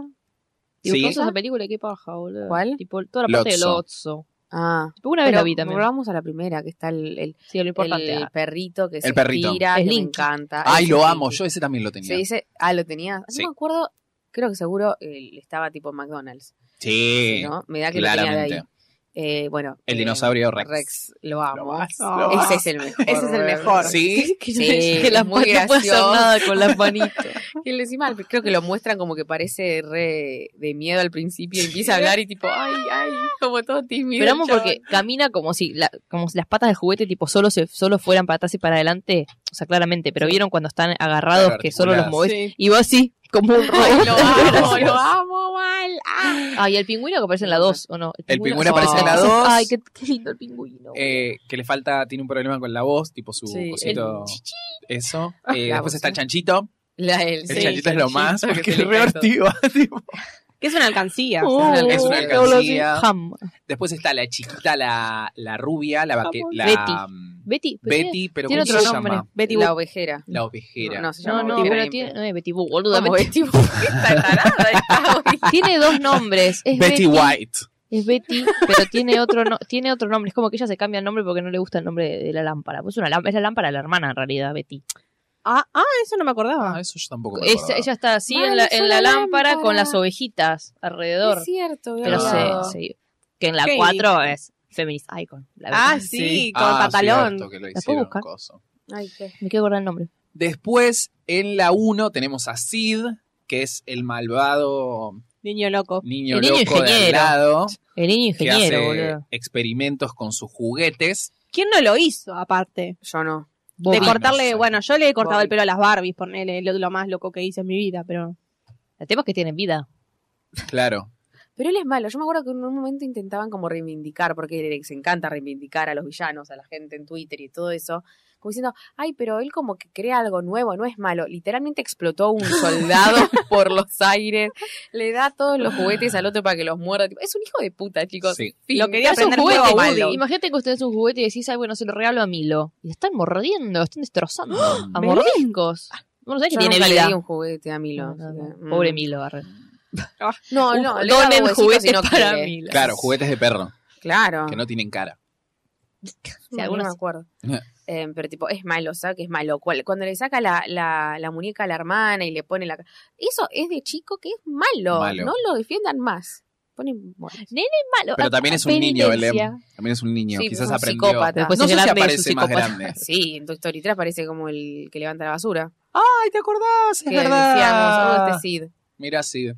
Digo, Sí. ¿qué es esa película? ¿Qué paja, boludo? ¿Cuál? Tipo, toda la parte de Lotso. Lotso. Ah. Tipo, una vez Pero la vi también. Volvamos a la primera, que está el, el, Sí, lo importante. el ah, perrito que se perrito. tira, Es que me Linky. encanta. Ay, Es lo Linky. amo, yo ese también lo Se tenía. dice, ah, lo tenías. Sí. No me acuerdo, creo que seguro eh, estaba tipo en McDonald's. Sí, ¿no? Me da que lo tenía de ahí. claramente. Eh, bueno. El eh, dinosaurio Rex. lo Lo amo. vas, Ah. lo vas. Ese es el mejor. Ese es el boludo. mejor. Sí, que, sí, que la es mano no muy puede hacer gracioso. nada con las manitas. Y el decimal, creo que lo muestran como que parece re de miedo al principio y empieza a hablar y tipo, ay, ay, como todo tímido. Pero amo el porque camina como si, la- como si las patas del juguete tipo solo se solo fueran para atrás y para adelante. O sea, claramente, pero vieron cuando están agarrados Claro, que solo los articuladas. movés. Sí. Y vos así, como un chabón. robot. Lo amo, lo amo mal. Ah. Ah, y el pingüino que aparece en la 2, ¿o no? El pingüino aparece en la Oh. 2. Ay, qué, qué lindo el pingüino. eh, que le falta, tiene un problema con la voz, tipo su Sí, cosito. el chichi. Eso. Eh, La después voz, está ¿eh? el chanchito. La, el, El sí, chanchito es lo más, chanchito porque que es se le re cae todo. activa, tipo. Que es una alcancía. Uh, Oh, o sea, Es una qué olorcito. alcancía. Ham. Después está la chiquita, la, la rubia, la vaque, Vamos. la Betty. mm, Betty. pero tiene- Betty, pero tiene ¿cómo se otro nombre. llama? Betty La Boop. ovejera. La ovejera. No, no, se No, llama no, ovejera pero ni en tiene. pedo. No es Betty Boo, boluda. Como Betty- Betty Boop, esta tarada está bonita. Tiene dos nombres. Es Betty White. Es Betty, pero tiene otro, no- tiene otro nombre. Es como que ella se cambia el nombre porque no le gusta el nombre de, de la lámpara. Pues una, lám- es la lámpara de la hermana, en realidad, Betty. Ah, ah, eso no me acordaba. Ah, eso yo tampoco me Es- acordaba. ella está así Mano, en la, es en una la lámpara, lámpara. con las ovejitas alrededor. Es cierto, pero Ah. se, se- Que en la Qué 4 es Feminist Icon. La verdad. Ah, sí, Sí. con Ah, pantalón. cierto, que lo puedo hicieron buscar? coso. Ay, qué. Me quedo con el nombre. Después, en la 1 tenemos a Sid, que es el malvado Niño loco. niño El niño loco de al ingeniero. lado, El niño que ingeniero, hace boludo. experimentos con sus juguetes. ¿Quién no lo hizo, aparte? Yo no. Bobby. de cortarle, no sé. bueno, yo le he cortado Bobby. el pelo a las Barbies, ponele lo, lo más loco que hice en mi vida, pero. El tema es que tienen vida. Claro. Pero él es malo. Yo me acuerdo que en un momento intentaban como reivindicar, porque les encanta reivindicar a los villanos, a la gente en Twitter y todo eso. Como diciendo, ay, pero él como que crea algo nuevo, no es malo. Literalmente explotó un soldado por los aires, le da todos los juguetes al otro para que los muerda. Tipo, Es un hijo de puta, chicos. Sí. Fin. Lo quería Es un aprender juguete fuego, malo. Woody. Imagínate que usted es un juguete y decís, ay, bueno, se lo regalo a Milo. Y lo están mordiendo, lo están destrozando. A Mm. mordiscos. Bueno, ¿sabes Yo que tiene nunca le vida? di un juguete a Milo. No, no, así que, no. mm. Pobre Milo, arre. No, Un- no, le daba donen huesitos juguetes y no para quiere. Milo. Claro, juguetes de perro, Claro. que no tienen cara. Sí, No, algunos no me sí. acuerdo. Eh. Eh, pero tipo, es malo, ¿sabes? Que es malo. Cual- Cuando le saca la, la, la muñeca a la hermana y le pone la... ca- Eso es de chico que es malo. Malo. No lo defiendan más. Ponen... bueno, Malo, Pero a- también a- es un niño, Belén. penitencia. También es un niño, Sí, quizás un aprendió. psicópata. Después no es sé si grande, es aparece un más psicópata. grande. Sí, en Toy Story 3 parece como el que levanta la basura. Ay, ¿te acordás? Es que decíamos, oh, este Sid. Mirá, sí.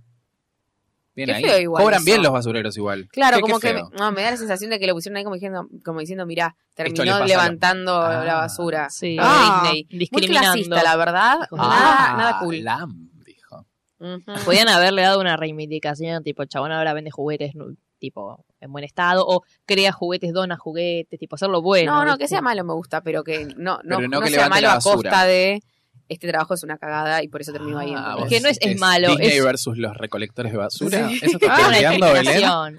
Bien Qué ahí. feo igual Cobran eso. bien los basureros igual. Claro, Che, qué como que me, feo. no, me da la sensación de que lo pusieron ahí como diciendo, como diciendo mirá, Esto le terminó pasa a la- levantando Ah, la basura. Sí. Lo de Ah, Disney. Muy discriminando. clasista, la verdad. Ah, Pues Nada, nada cool. Lam, dijo. Ujú. Podían haberle dado una reivindicación, tipo, el chabón ahora vende juguetes, ¿no? tipo, en buen estado, o crea juguetes, dona juguetes, tipo, hacerlo bueno. No, no, ¿viste? que sea malo me gusta, pero que no, no, Pero no no que sea levante malo la a basura. costa de este trabajo es una cagada y por eso termino ahí. Ah, ¿entendés? vos que no es- dijiste, es malo, Disney es- versus los recolectores de basura. Sí. Eso está Era una peleando, Belén. discriminación.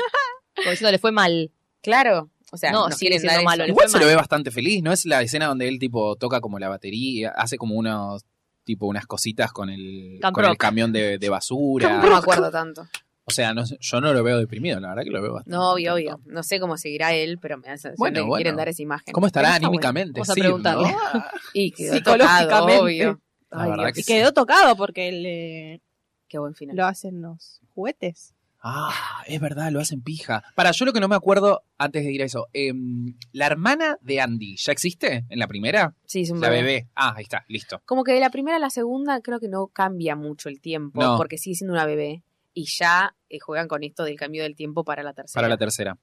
Como diciendo, le fue mal. Claro. O sea, No, nos sigue quieren siendo dar malo. eso. Igual fue se lo mal. ve bastante feliz, ¿no? Es la escena donde él tipo toca como la batería, hace como unos tipo unas cositas con el, Camp con el rock. camión de, de basura. No me acuerdo tanto. O sea, no, sé, yo no lo veo deprimido, la verdad que lo veo bastante. No, obvio, contento. obvio. No sé cómo seguirá él, pero me da la sensación Bueno, de que bueno. quieren dar esa imagen. ¿Cómo estará Pero está bueno. anímicamente? Vamos a Sí, preguntarle. ¿no? Y quedó Psicológicamente. tocado, obvio. La Ay, verdad Dios, que Y sí. quedó tocado porque le, Qué buen final. lo hacen los juguetes. Ah, es verdad, lo hacen pija. Para, yo lo que no me acuerdo antes de ir a eso, em, la hermana de Andy, ¿ya existe en la primera? Sí, es un La bebé. bebé. Ah, ahí está, listo. Como que de la primera a la segunda creo que no cambia mucho el tiempo, No. porque sigue siendo una bebé. Y ya eh, juegan con esto del cambio del tiempo para la tercera. Para la tercera.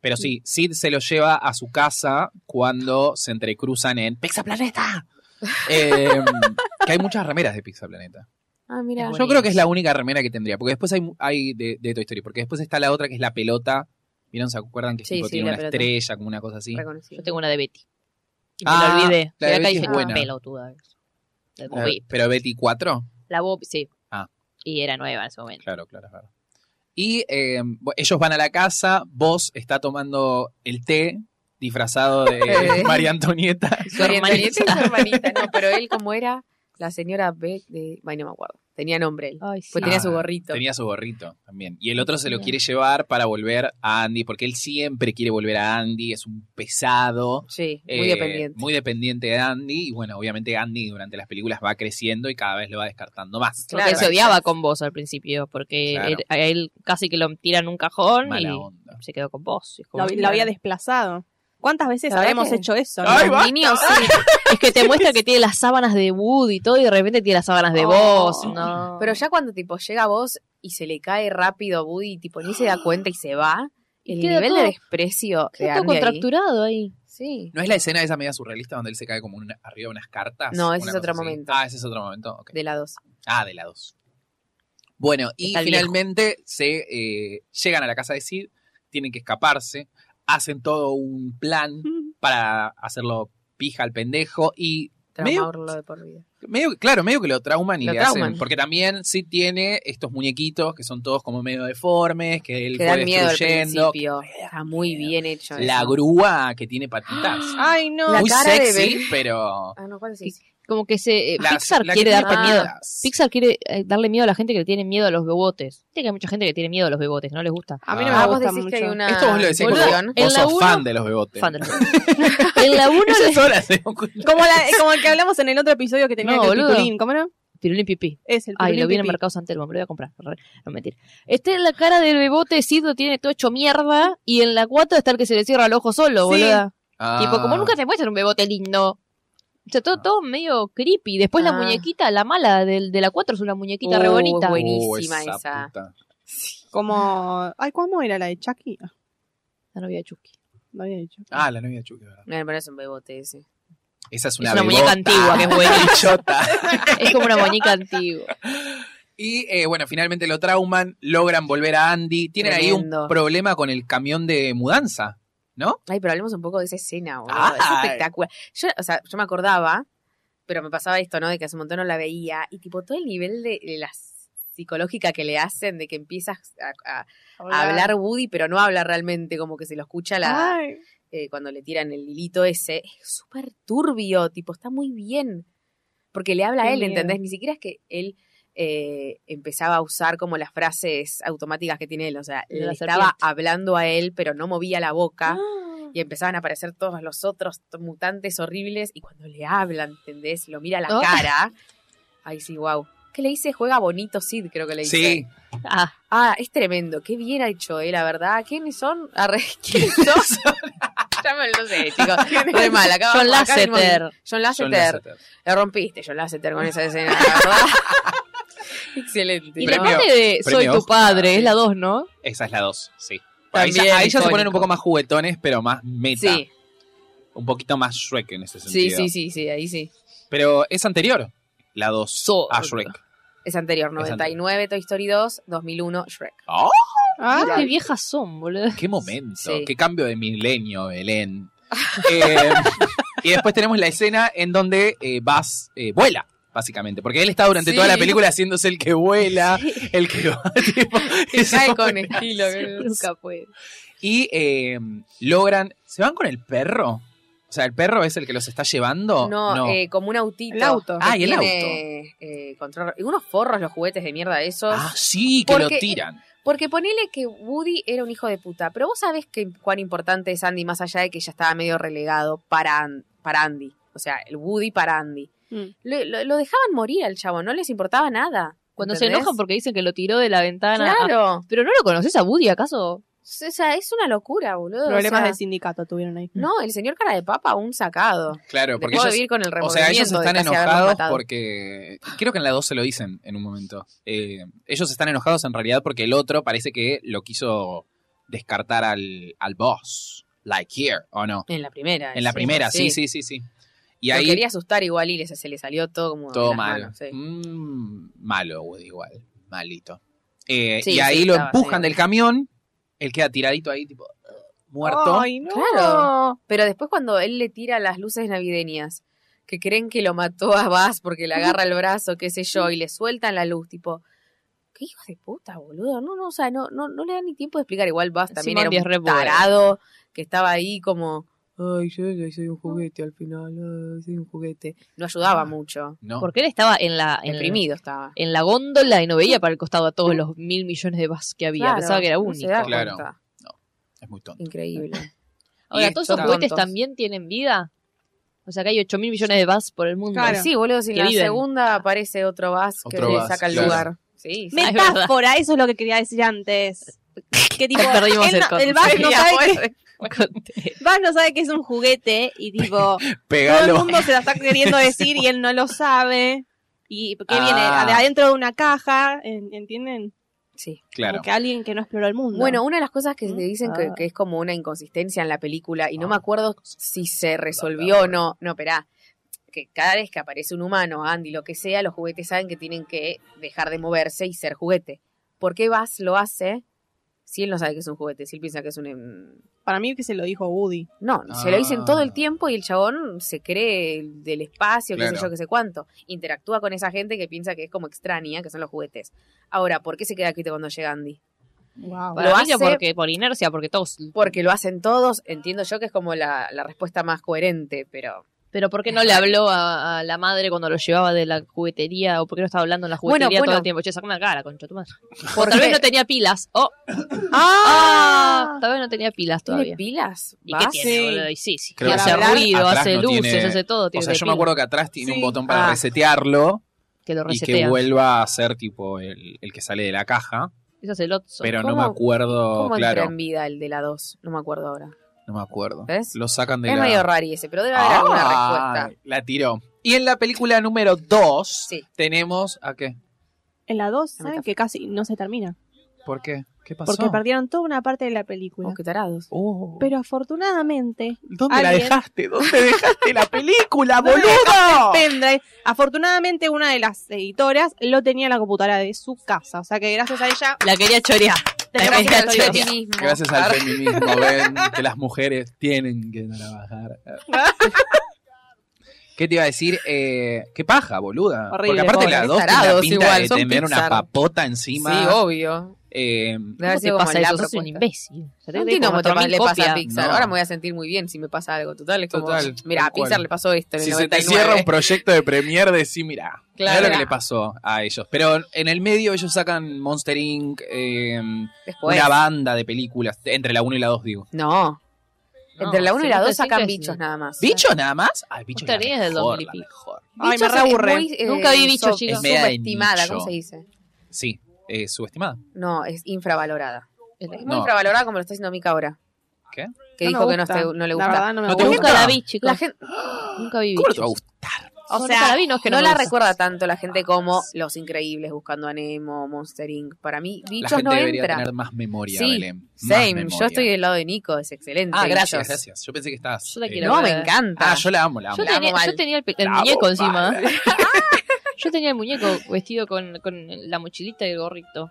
Pero sí, Sid se lo lleva a su casa cuando se entrecruzan en Pixaplaneta. Eh, que hay muchas remeras de Pixaplaneta. Ah, mira. Yo creo que es la única remera que tendría, porque después hay, hay de, de Toy Story, porque después está la otra que es la pelota. ¿Vieron? ¿Se acuerdan que es Sí, tipo sí, tiene la una pelota. estrella, como una cosa así? Reconocido. Yo tengo una de Betty. Y Ah, me lo olvidé. la de Fui acá Betty y es dije, buena. "Qué pelotuda. La La- Bobby. pero Betty 4, La Bob, sí. Ah. Y era nueva en ese momento. claro, claro, claro. Y eh, bu- ellos van a la casa, vos está tomando el té disfrazado de María Antonieta. Su hermanita. Su hermanita, no, pero él como era la señora B de... Ay, no me acuerdo. Tenía nombre él. Ay, sí. Pues tenía Ah, su gorrito. Tenía su gorrito también. Y el otro se lo Bien. quiere llevar para volver a Andy, porque él siempre quiere volver a Andy, es un pesado. Sí, muy eh, dependiente. Muy dependiente de Andy. Y bueno, obviamente Andy durante las películas va creciendo y cada vez lo va descartando más. Porque Claro. se odiaba con vos al principio, porque Claro. él- a él casi que lo tira en un cajón y Mala onda. se quedó con vos. Y es Lo, como, lo había desplazado. ¿Cuántas veces La verdad habíamos que- hecho eso? no? ¡Ay, Los basta! niños, sí. Es que te muestra que tiene las sábanas de Wood y todo, y de repente tiene las sábanas de Oh. vos. No. Pero ya cuando tipo llega vos y se le cae rápido a Woody, tipo ni se da cuenta y se va, el Queda nivel todo- de desprecio de Queda todo Andy ahí. contracturado ahí. Sí. ¿No es la escena de esa media surrealista donde él se cae como una- arriba de unas cartas? No, ese Una es cosa otro así. momento. Ah, ese es otro momento. ok. De la dos. Ah, de la 2. Bueno, y Está el viejo. finalmente se eh, llegan a la casa de Sid, tienen que escaparse, hacen todo un plan para hacerlo pija al pendejo y Medio- Traumarlo de por vida. medio, claro, medio que lo trauman y Lo le trauman. hacen. Porque también Sid tiene estos muñequitos que son todos como medio deformes, que él Que fue dan miedo al destruyendo. principio. Está muy bien hecho. La eso. grúa que tiene patitas. Ah, Ay, no. La Muy cara de sexy, bebé. pero. Ah, no, ¿cuál decís? Como que se. eh, La- Pixar la que quiere tiene darte ah, miedo. patitas. Pixar quiere eh, darle miedo a la gente que le tiene miedo a los bebotes. Tiene que hay mucha gente que tiene miedo a los bebotes, no les gusta. A mí no Ah, me vos gusta decís mucho. que hay una Esto vos lo decís porque Ah, Boludo, evolución. vos, en vos la sos uno- fan de los bebotes. Fan de los bebotes. en la 1 Esa es le. hora, se dan cuenta. Como, la- eh, como el que hablamos en el otro episodio que tenía No, que el boludo. pitulín, ¿cómo no? Pirulín pipí. Es el Ay, pitulín lo vi en pipí. el mercado Santelmo, me lo voy a comprar. Re- No mentir. Está en la cara del bebote, Sid lo tiene todo hecho mierda. Y en la 4 está el que se le cierra el ojo solo, Sí. boluda. Tipo, Ah. como nunca te muestran un bebote lindo. O sea, todo, todo medio creepy. Después la Ah. muñequita, la mala del, de la 4 es una muñequita re Uh, bonita. bueno. Buenísima esa. oh, puta. Como. Ay, ¿cómo era la de Chucky? Ah, La novia de Chucky. Lo había dicho. Ah, la novia de Chucky, ¿verdad? No, pero es un bebote ese. Esa es Es una, una muñeca antigua, que es buena. Es como una muñeca antigua. Y eh, bueno, finalmente lo trauman, logran volver a Andy. Tienen ahí un Tremendo. problema con el camión de mudanza. Ay, pero hablemos un poco de esa escena, boludo. Ay. Es espectacular. Yo, o sea, yo me acordaba, pero me pasaba esto, ¿no? De que hace un montón no la veía. Y tipo, todo el nivel de, de la psicológica que le hacen, de que empiezas a, a- a hablar Woody, pero no habla realmente, como que se lo escucha la, Ay. eh, cuando le tiran el hilito ese. Es súper turbio, tipo, está muy bien. Porque le habla Qué a él, miedo. ¿entendés? Ni siquiera es que él eh, empezaba a usar como las frases automáticas que tiene él. O sea, De le la estaba serpiente. hablando a él, pero no movía la boca y empezaban a aparecer todos los otros t- mutantes horribles y cuando le hablan, ¿entendés? Lo mira a la Oh. cara. Ay, sí, wow. ¿Qué le dice? Juega bonito Sid, creo que le dice. Sí. Ah, Ah, es tremendo. Qué bien ha hecho, eh, la verdad. ¿Quiénes son? Arre, ¿Quiénes son? ya me lo sé, chicos. Re mal. Acá John vamos- Ah, acá venimos- Lasseter. John John Lasseter. Lasseter. Le rompiste, John Lasseter, con esa escena, la verdad. Excelente. Y la Premio- parte de Soy premio tu Oscar, padre, sí. es la 2, ¿no? Esa es la 2, sí. Ahí También ya, ahí ya se icónico. ponen un poco más juguetones, pero más meta. Sí, Un poquito más Shrek en ese sí, sentido. sí, sí, sí, ahí sí. Pero es anterior, la 2, So- a Shrek. Es anterior, anterior. 99 Toy Story 2, 2001 Shrek. ¡Oh! Ah, Qué viejas son, boludo. ¡Qué momento! Sí. ¡Qué cambio de milenio, Belén! Eh, y después tenemos la escena en donde eh, Buzz eh, vuela, básicamente. Porque él está durante Sí. toda la película haciéndose el que vuela, el que va, tipo, eso Cae con me estilo. que- Nunca puede. Y eh, logran. ¿Se van con el perro? O sea, ¿el perro es el que los está llevando? No, eh, como un autito. El auto. Ah, y el Tiene, eh, control- y unos forros los juguetes de mierda esos. Ah, sí, que lo porque- eh, tiran. Porque ponele que Woody era un hijo de puta. Pero vos sabés que, cuán importante es Andy, más allá de que ya estaba medio relegado para, An- para Andy. O sea, el Woody para Andy. Mm. Lo, lo- lo dejaban morir al chavo, no les importaba nada. Cuando se ¿entendés? enojan porque dicen que lo tiró de la ventana. Ah, Claro. Pero no lo conoces a Woody, ¿acaso? O sea, es una locura, boludo. o problemas sea, de sindicato tuvieron ahí. No, el señor cara de papa, un sacado. Claro, porque Dejó de ellos- vivir con el O sea, ellos remordimiento de están casi haberlos enojados matado. porque. Creo que en la 2 se lo dicen en un momento. Eh, ellos están enojados en realidad porque el otro parece que lo quiso descartar al, al boss, like here, ¿o no? En la primera. En la sí, primera, sí, sí, sí, sí. Y Lo ahí quería asustar igual y le- se le salió todo como. de todo las malo. manos, sí. Mm, malo, Woody, igual. Malito. Eh, Sí, y ahí sí, lo estaba, empujan sí. del camión, él queda tiradito ahí, tipo, muerto. Ay, no. Claro. Pero después cuando él le tira las luces navideñas, que creen que lo mató a Buzz porque le agarra el brazo, qué sé yo, y le sueltan la luz, tipo, qué hijos de puta, boludo. No, no, o sea, no, no, no le dan ni tiempo de explicar. Igual Buzz también Simón era Díaz un re bueno. tarado que estaba ahí como, ay, yo ya soy un juguete al final, ay, soy un juguete. No ayudaba mucho. No. Porque él estaba en la, Ah. en, Deprimido estaba. en la góndola y no veía para el costado a todos los mil millones de vas que había. Claro, Pensaba que era no se único. da Claro. cuenta. Es muy tonto. Increíble. Ahora, Y ¿todos esto- esos juguetes Tontos. también tienen vida? O sea, que hay 8 mil millones de vas por el mundo. Claro. Sí, boludo, si en Que la viven. segunda aparece otro Buzz que Otro le Buzz, saca el claro. lugar. Sí, sí. Me- Metáfora, eso es lo que quería decir antes. Que tipo, Perdimos él el no- el concepto. Buzz no, Ah, sabe que, Conté. Buzz no sabe que es un juguete y tipo, todo el Pegalo. mundo se la está queriendo decir y él no lo sabe. ¿Y qué viene? Ah. De adentro de una caja, en- ¿entienden? Sí. Claro. Como que alguien que no exploró el mundo. Bueno, una de las cosas que Mm. le dicen que, Ah. que es como una inconsistencia en la película, y no me Ah. acuerdo si se resolvió o no, no, perá, que cada vez que aparece un humano, Andy, lo que sea, los juguetes saben que tienen que dejar de moverse y ser juguete. ¿Por qué Buzz lo hace si él no sabe que es un juguete? Si él piensa que es un... em, para mí que se lo dijo Woody. No, se lo dicen Ah. todo el tiempo y el chabón se cree del espacio, qué sé Claro. yo, qué sé cuánto. Interactúa con esa gente que piensa que es como extraña, que son los juguetes. Ahora, ¿por qué se queda quieto cuando llega Andy? Wow. Para Lo mí no, hace- porque, por inercia, porque todos... Porque lo hacen todos, entiendo yo que es como la, la respuesta más coherente, pero... Pero ¿por qué no le habló a, a la madre cuando lo llevaba de la juguetería? ¿O por qué no estaba hablando en la Bueno, juguetería todo bueno. el tiempo? Che, sacame la cara, concha tu madre. ¿Por Tal vez qué? no tenía pilas. Oh, ¡Ah! ah, tal vez no tenía pilas ¿Tiene todavía. pilas? ¿Y qué ¿Vas? tiene, Sí. boludo? Y sí, sí. Creo hace que atrás- ruido, atrás hace no luces, tiene- hace todo. O tiene sea, yo me pila, acuerdo que atrás tiene Sí. un botón para Ah. resetearlo que lo y que resetean. vuelva a ser tipo el, el que sale de la caja. Eso es el Otso. Pero no ¿Cómo- me acuerdo, ¿Cómo entra Oh, claro. en vida el de la 2? No me acuerdo ahora. No me acuerdo. ¿Ves? Lo sacan de Es la. medio rari ese, pero debe haber Ah, alguna respuesta. La tiró. Y en la película número 2 Sí. tenemos. ¿A qué? En la 2, La ¿saben? Que casi no se termina. ¿Por qué? ¿Qué pasó? Porque perdieron toda una parte de la película. Oh, qué tarados. Oh. Pero afortunadamente, ¿Dónde la alguien- dejaste? ¿Dónde dejaste la película, ¿Dónde boludo? pendrive, afortunadamente una de las editoras lo tenía en la computadora de su casa. O sea que gracias a ella, La quería chorear. La Gracias quería al chorear. feminismo. Gracias al feminismo ven que las mujeres tienen que trabajar. ¿Qué te iba a decir? Eh, qué paja, boluda. Porque Horrible, aparte pobre. la dos tiene Tarados una pinta igual, de son tener una Pixar. papota Sí, encima. obvio. Eh, Debe ¿Cómo haber te sido como pasa la eso? Sos un propuesta. imbécil. O sea, No te- entiendo como cómo te pa- 4.000 le pasa a copias. Pixar. No. Ahora me voy a sentir muy bien si me pasa algo. Total, es como. Total, Mira, tal a Pixar cual. le pasó esto en el si se te 99. cierra un proyecto de Premiere, decí, mira, Claro. lo que le pasó a ellos. Pero en el medio ellos sacan Monster Inc., eh, Después. una banda de películas, entre la 1 y la 2, digo. No. No, Entre la 1 y la Celeste 2 sacan Cinco es- bichos nada más. ¿Bichos nada más? Ay, bichos Monster Inc. es del la mejor, 2000 y la pico. mejor. Ay, me Bichos re es aburre. muy, eh, Nunca vi bichos, sub- chicos. Es media de Subestimada, ¿cómo nicho. se dice? Sí, eh, subestimada. No, es infravalorada. Es Es- muy No. infravalorada como lo está haciendo Mika ahora. ¿Qué? Que no dijo me que no, gusta. está- no le La gusta. verdad no me No te gusta. gusta. Nunca la vi, chicos. La gente Nunca vi ¿Cómo no te va a bichos. gustar? O No, sea, nunca la vi, no es que no me la gusta. recuerda tanto la gente como Los Increíbles, Buscando a Nemo, Monster Inc. Para mí, La bichos gente no debería entra. tener más memoria, Sí, Belén. Más Same, yo memoria. estoy del lado de Nico, es excelente. Ah, gracias, Bichos. gracias. Yo pensé que estabas... Yo la eh, quiero No, me Gracias. encanta. Ah, yo la amo, la amo. Yo La amo tenía, yo mal. tenía el, pe- el La amo muñeco mal. encima. yo tenía el muñeco vestido con, con la mochilita y el gorrito.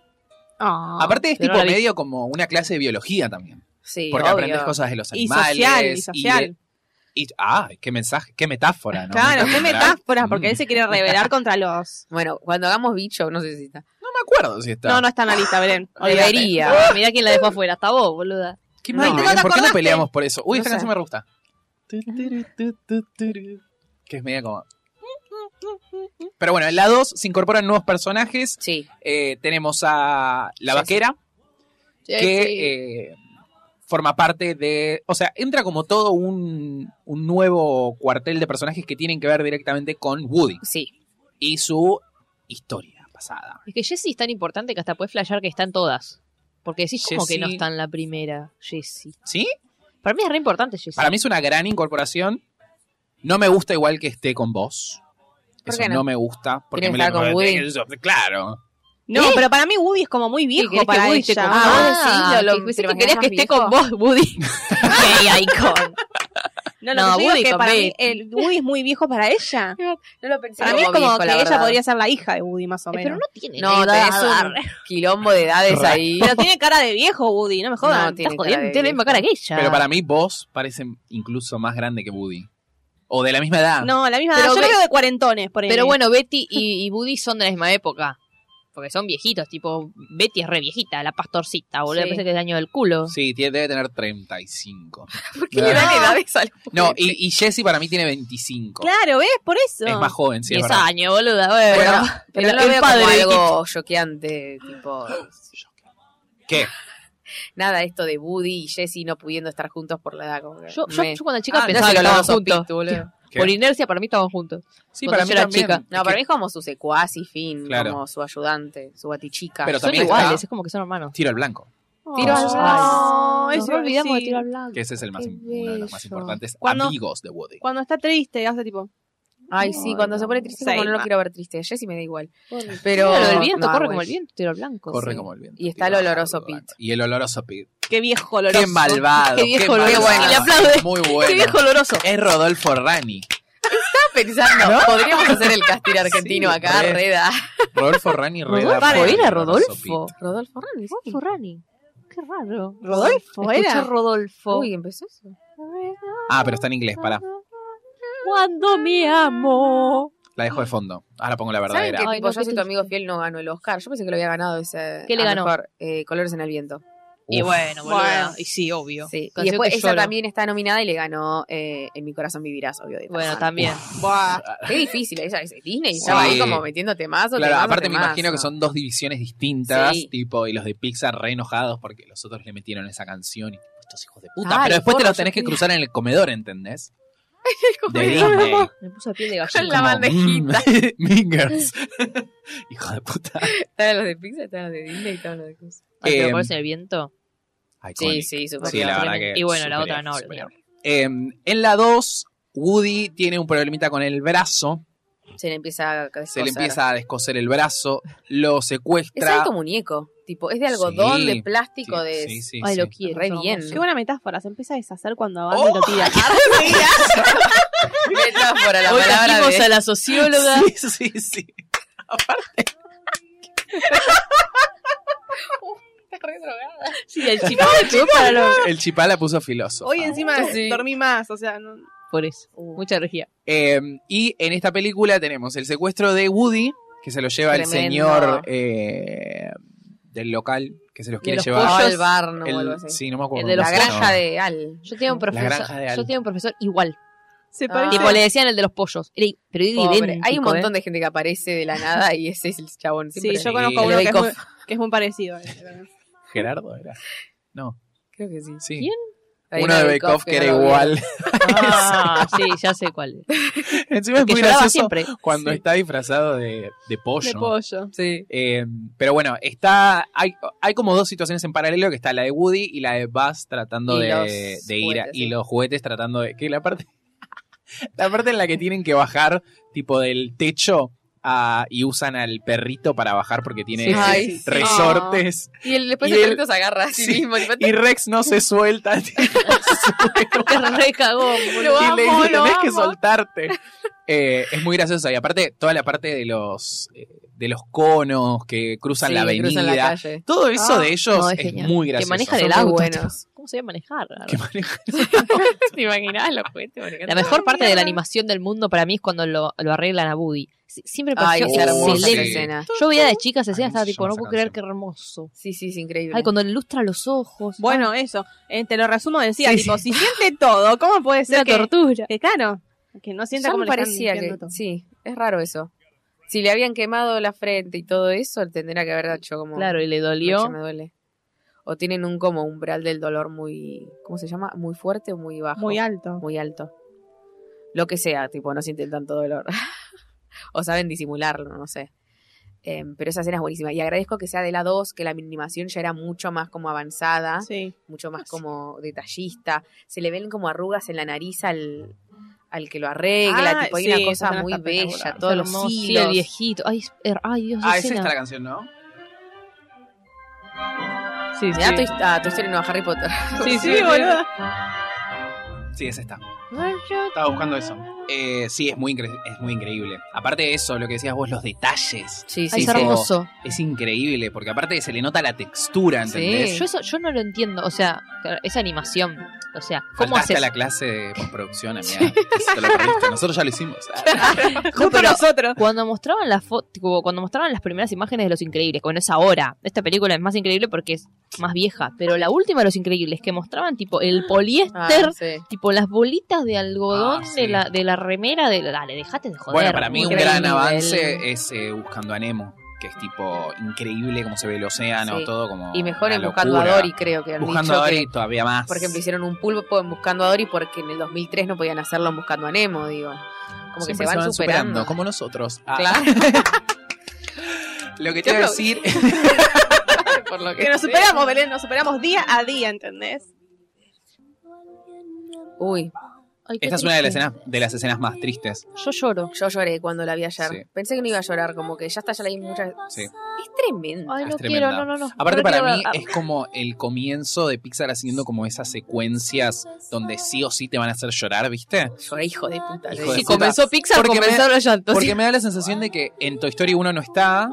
Ah. Aparte es pero tipo la vi. medio como una clase de biología también. Sí, Porque obvio. aprendes cosas de los y animales. social, y de- social. y- ah, qué mensaje, qué metáfora, ¿no? Claro, qué Metáfora. metáforas, Mm. porque él se quiere rebelar contra los. Bueno, cuando hagamos bicho, no sé si está. No me acuerdo si está. No, no está en la lista, Belén. Olvídate. Debería. Ah, Mirá quién la dejó afuera. Hasta vos, boluda. Qué No, mal, no Belén, te ¿Por qué no acordaste? peleamos por eso? Uy, No esta sé. canción me re gusta. Tu, turu, tu, tu, turu. Que es media como... Pero bueno, en la 2 se incorporan nuevos personajes. Sí. Eh, tenemos a la Sí, vaquera, que Sí. eh, forma parte de. O sea, entra como todo un, un nuevo cuartel de personajes que tienen que ver directamente con Woody Sí. y su historia pasada. Es que Jessie es tan importante que hasta puedes flashear que están todas. Porque decís, como que no Jessie. está en la primera, Jessie? ¿Sí? Para mí es re importante Jessie. Para mí es una gran incorporación. No me gusta igual que esté con vos. ¿Por Eso qué no? no? me gusta. Porque Tiene me que la estar con Woody. Claro. No, ¿Qué? pero para mí Woody es como muy ¿Qué, querés viejo ¿Eh? que para Woody ella. esté con Ah, vos? vos decís, lo- que- lo- pensé ¿te que querés que imaginas esté más con vos, Woody. Gay icon. no, lo No, que yo digo Woody es que con para mí Betty. el Woody es muy ella para ella. No lo pensé. Para mí es como viejo, que la ella verdad. podría ser la hija de Woody, más o menos. Pero no tiene No, edad. tenés un quilombo de edades Ra- ahí. Pero tiene cara de viejo Woody, no me jodan. No, Estás Tiene cara jodiendo, de tiene la misma cara que ella. Pero para mí vos parece incluso más grande que Woody. O de la misma edad. No, la misma edad. Pero Yo lo ve- veo de cuarentones, por Pero bueno, Betty y, y Woody son de la misma época. Porque son viejitos, tipo, Betty es re viejita, la pastorcita, boludo. Sí. Parece que es daño del culo. Sí, tiene- debe tener 35. ¿Por qué le dan edades a los No, y, y Jesse para mí tiene 25. Claro, ¿ves? Por eso. Es más joven, sí, es 10 verdad. años, boluda. Bueno, Bueno, Pero el, no el lo veo padre como de algo choqueante, tipo... ¿Qué? Nada, esto de Woody y Jesse no pudiendo estar juntos por la edad. Como que Kitty. Yo, yo- me- yo cuando chica Ah, pensaba mirá, que los estaban dos son juntos. pitu, boludo. ¿Qué? Por inercia, para mí estaban juntos. Sí, Cuando para yo mí era también. chica. No, Es para que mí es como su secuaz y Finn, Claro. como su ayudante, su batichica. Pero Son también iguales, está- es como que son hermanos. Tiro al blanco, Tiro Ay, blanco. al Nos Oh. Eso olvidamos sí. de tiro al blanco. que ese es el más, Qué im- uno de los más bello. importantes Cuando- amigos de Woody. Cuando está triste, hace tipo. Ay, sí, cuando se pone triste, como no lo Seima. quiero ver triste. Jesse me da igual. Pero Pero... lo del viento, no, ah, corre güey. como el viento, tiro al blanco. Corre sí. como el viento. Y está el Tiro al oloroso blanco. Pete. Y el oloroso Pete. Qué viejo oloroso. Qué malvado. Qué viejo malvado. oloroso. Y le aplaude. Muy bueno. Qué viejo oloroso. Es Rodolfo Rani. pensando, podríamos hacer el castillo argentino Sí, acá, re. Reda. Rodolfo Rani Reda. Rodolfo, fue era el oloroso Rodolfo. Rodolfo Rani, sí. Rodolfo Rani. Qué raro. Rodolfo, Escuché era. Rodolfo. Uy, empezó eso. Pete. Ah, pero está en inglés, pará. Cuando me amo. La dejo de fondo. Ahora pongo la ¿Saben verdadera. que Ay, tipo, no, yo qué soy tu triste. amigo fiel no ganó el Oscar? Yo pensé que lo había ganado ese. ¿Qué le a ganó? Mejor, eh, Colores en el viento. Y Uf. bueno, boludo. Bueno. Y sí, obvio. Sí. Y Canción después que ella lloro. también está nominada y le ganó eh, En mi corazón vivirás, obvio. de Bueno, Tarzán. también. Buah, qué difícil. Ella dice Disney y Sí. ya va ahí como metiéndote más. Claro, aparte me imagino que son dos divisiones distintas, Sí. tipo, y los de Pixar re enojados porque los otros le metieron esa canción y tipo, estos hijos de puta. Ay, pero después te porro, los tenés yo que tenía- cruzar en el comedor, ¿entendés? De comedor. Disney. Me puso piel de gallina. Con la Como, bandejita. mm, Mingers. Hijo de puta. Están los de Pixar, están los de Disney y están los de cosas. Ay, pero Eh, Colores en el viento. Sí, Iconic. sí, súper. Sí, bien. la Tremendo. verdad que. Y bueno, la superior, otra no, superior. Eh, en la 2, Woody tiene un problemita con el brazo. Se le empieza a Se le descoser. empieza a descoser el brazo. Lo Es secuestra. alto muñeco. Tipo, es de algodón, Sí, de Sí, plástico, de. sí, sí, Ay, sí. lo quiero. Re somos. bien. Qué buena metáfora. Se empieza a deshacer cuando avanza Oh, y lo tira. Metáfora, la Hoy palabra trajimos de- a la socióloga. Sí, sí, sí. Sí, el chico para los... El chipá la puso filósofo. ah, Hoy encima Sí. dormí más, o sea. No... Por eso. Mucha energía. Eh, y en esta película tenemos el secuestro de Woody, que se lo lleva el Tremendo. señor eh, del local, que se los quiere los llevar. pollos. Al Ah, bar, no El- vuelvo así. sí, no me acuerdo. El de cómo la los se llama. granja de Al. Yo tenía un granja de profesor, Al. yo tenía un profesor igual. Se Ah. parece. Tipo, le decían el de los pollos. Era i- pero era Pobre. idéntico, Hay un montón ¿eh? de gente que aparece de la nada y ese es el chabón. Sí, Siempre yo Sí. conozco El uno que es, Bake muy, Off. que es muy parecido. eh, Gerardo era. No, Creo que sí. sí. ¿Quién? Hay Uno de Bake Off que era no lo vi. igual. Ah, sí, ya sé cuál. Encima es Que muy lloraba gracioso siempre. cuando está disfrazado de, de pollo. De pollo. Sí. Eh, pero bueno, está hay, hay como dos situaciones en paralelo, que está la de Woody y la de Buzz tratando Y de, los de ir a- juguetes, y sí. los juguetes tratando de que la parte la parte en la que tienen que bajar tipo del techo a- y usan al perrito para bajar porque tiene Sí, Ay, sí. resortes Y el, después Y el el- perrito se agarra a sí, sí. mismo. tipo, y Rex no se suelta tipo, Qué re cagón, boludo. y le dice, amo, lo tenés que amo". soltarte. Eh, es muy gracioso. Y aparte, toda la parte de los eh, de los conos que cruzan sí, la avenida. cruzan la calle. Todo eso Ah, de ellos no, es es, genial. muy Que gracioso. manejan Son el muy auto. buenos. ¿Cómo se iba a manejar? Que manejan- ¿Te imaginás los juguetes? Porque La no- mejor parte de la animación del mundo para mí es cuando lo, lo arreglan a Woody. Si- Siempre me Ay, pareció es sí. hermosa esa uh, excelente. escena. Yo veía de chicas Ay, escenas, estaba tipo, yo no esa puedo creer qué canción. hermoso. Sí, sí, es increíble. Ay, cuando le ilustra los ojos. Bueno, eso. Eh, te lo resumo, decía, tipo, si siente todo, ¿cómo puede es Ah, una ser que, tortura. que claro, que no sienta Ya como me parecía que. Sí, es raro eso. Si le habían quemado la frente y todo eso, tendría que haber hecho como. Claro, y le Yo dolió. me duele. O tienen un como umbral del dolor muy, ¿cómo se llama? Muy fuerte o muy bajo. Muy alto. Muy alto. Lo que sea, tipo, no sienten tanto dolor. o saben disimularlo, no sé. Eh, pero esa escena es buenísima. Y agradezco que sea de la 2, que la animación ya era mucho más como Ah. avanzada, Sí. mucho más como detallista. Se le ven como arrugas en la nariz al, al que lo arregla. Ah, tipo, hay sí, una esa cosa escena muy está espectacular. bella, todos los hermoso. Sí, hilos. el viejito. Ay, es- er- ay Dios, Ah, esa esa escena. está la canción, ¿no? Sí, Me da sí. tu, hist- a tu historia nueva Harry Potter. Sí, sí, Sí, boludo. Sí, es esta. Estaba buscando eso. Eh, sí, es muy, incre- es muy increíble. Aparte de eso, lo que decías vos, los detalles. Sí, Ay, sí, es sí. hermoso. Es increíble, porque aparte se le nota la textura, ¿entendés? Sí. Yo eso yo no lo entiendo. O sea, esa animación. O sea, ¿cómo Faltaste haces? a la clase de postproducción, amiga. Eso te lo perdiste. Nosotros ya lo hicimos. No, Justo pero- nosotros. Cuando mostraban las fo- tipo, cuando mostraban las primeras imágenes de Los Increíbles, bueno, es ahora. Esta película es más increíble porque es más vieja. Pero la última de Los Increíbles, que mostraban tipo el Ah, poliéster, sí. tipo las bolitas de algodón Ah, sí. de, la, de la remera, de dale, dejate de joder. Bueno, para mí un Increíble. gran avance es eh, Buscando a Nemo, que es tipo increíble cómo se ve el océano, Sí. todo como. Y mejor una en Buscando a locura. Dory, creo que han Buscando a dicho que- Dory todavía más. por ejemplo, hicieron un pulpo en Buscando a Dory porque en el 2003 no podían hacerlo en Buscando a Nemo, digo. Como que Siempre se van, superando. como nosotros. Ah. Claro, Lo que te iba a Yo decir. por lo que Que nos sé. superamos, Belén, nos superamos día a día, ¿entendés? Uy, Ay, qué Esta es una de las triste. escenas, de las escenas más tristes. Yo lloro. yo lloré cuando la vi ayer. Sí. Pensé que no iba a llorar, como que ya está, ya la vi muchas Sí. Es tremendo. Ay, Ah, Es no tremenda. quiero, no, no, no. Aparte, No para quiero mí ah. ver- es como el comienzo de Pixar haciendo como esas secuencias donde sí o sí te van a hacer llorar, ¿viste? Lloré, hijo de puta. Hijo Le dije, de puta. Pixar, Porque me- los llantos. Porque me da la sensación de que en Toy Story 1 no está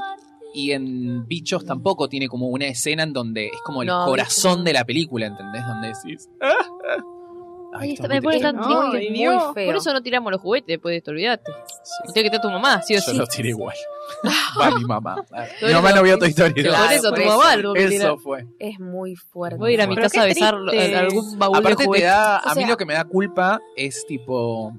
y en Bichos tampoco tiene como una escena en donde es como el No, corazón Bichos no. de la película, ¿entendés? Donde decís. "Ah, Ay, esto está- es me muy pone triste. tan no, triste, y muy Dios. feo. Por eso no tiramos los juguetes después de esto, olvidate. Sí. Tiene que estar tu mamá, sí o Yo sí. lo tiré igual. Va mi mamá. Ah, Mi Yo mamá lo- no vio Toy Story Claro, 2. por eso por tu eso. mamá lo tuvo que tirar. Eso fue. Es muy fuerte. Voy a ir a mi Pero casa a qué besar triste. eh, algún baúl de Aparte te juguetes. da, O a mí sea- lo que me da culpa es tipo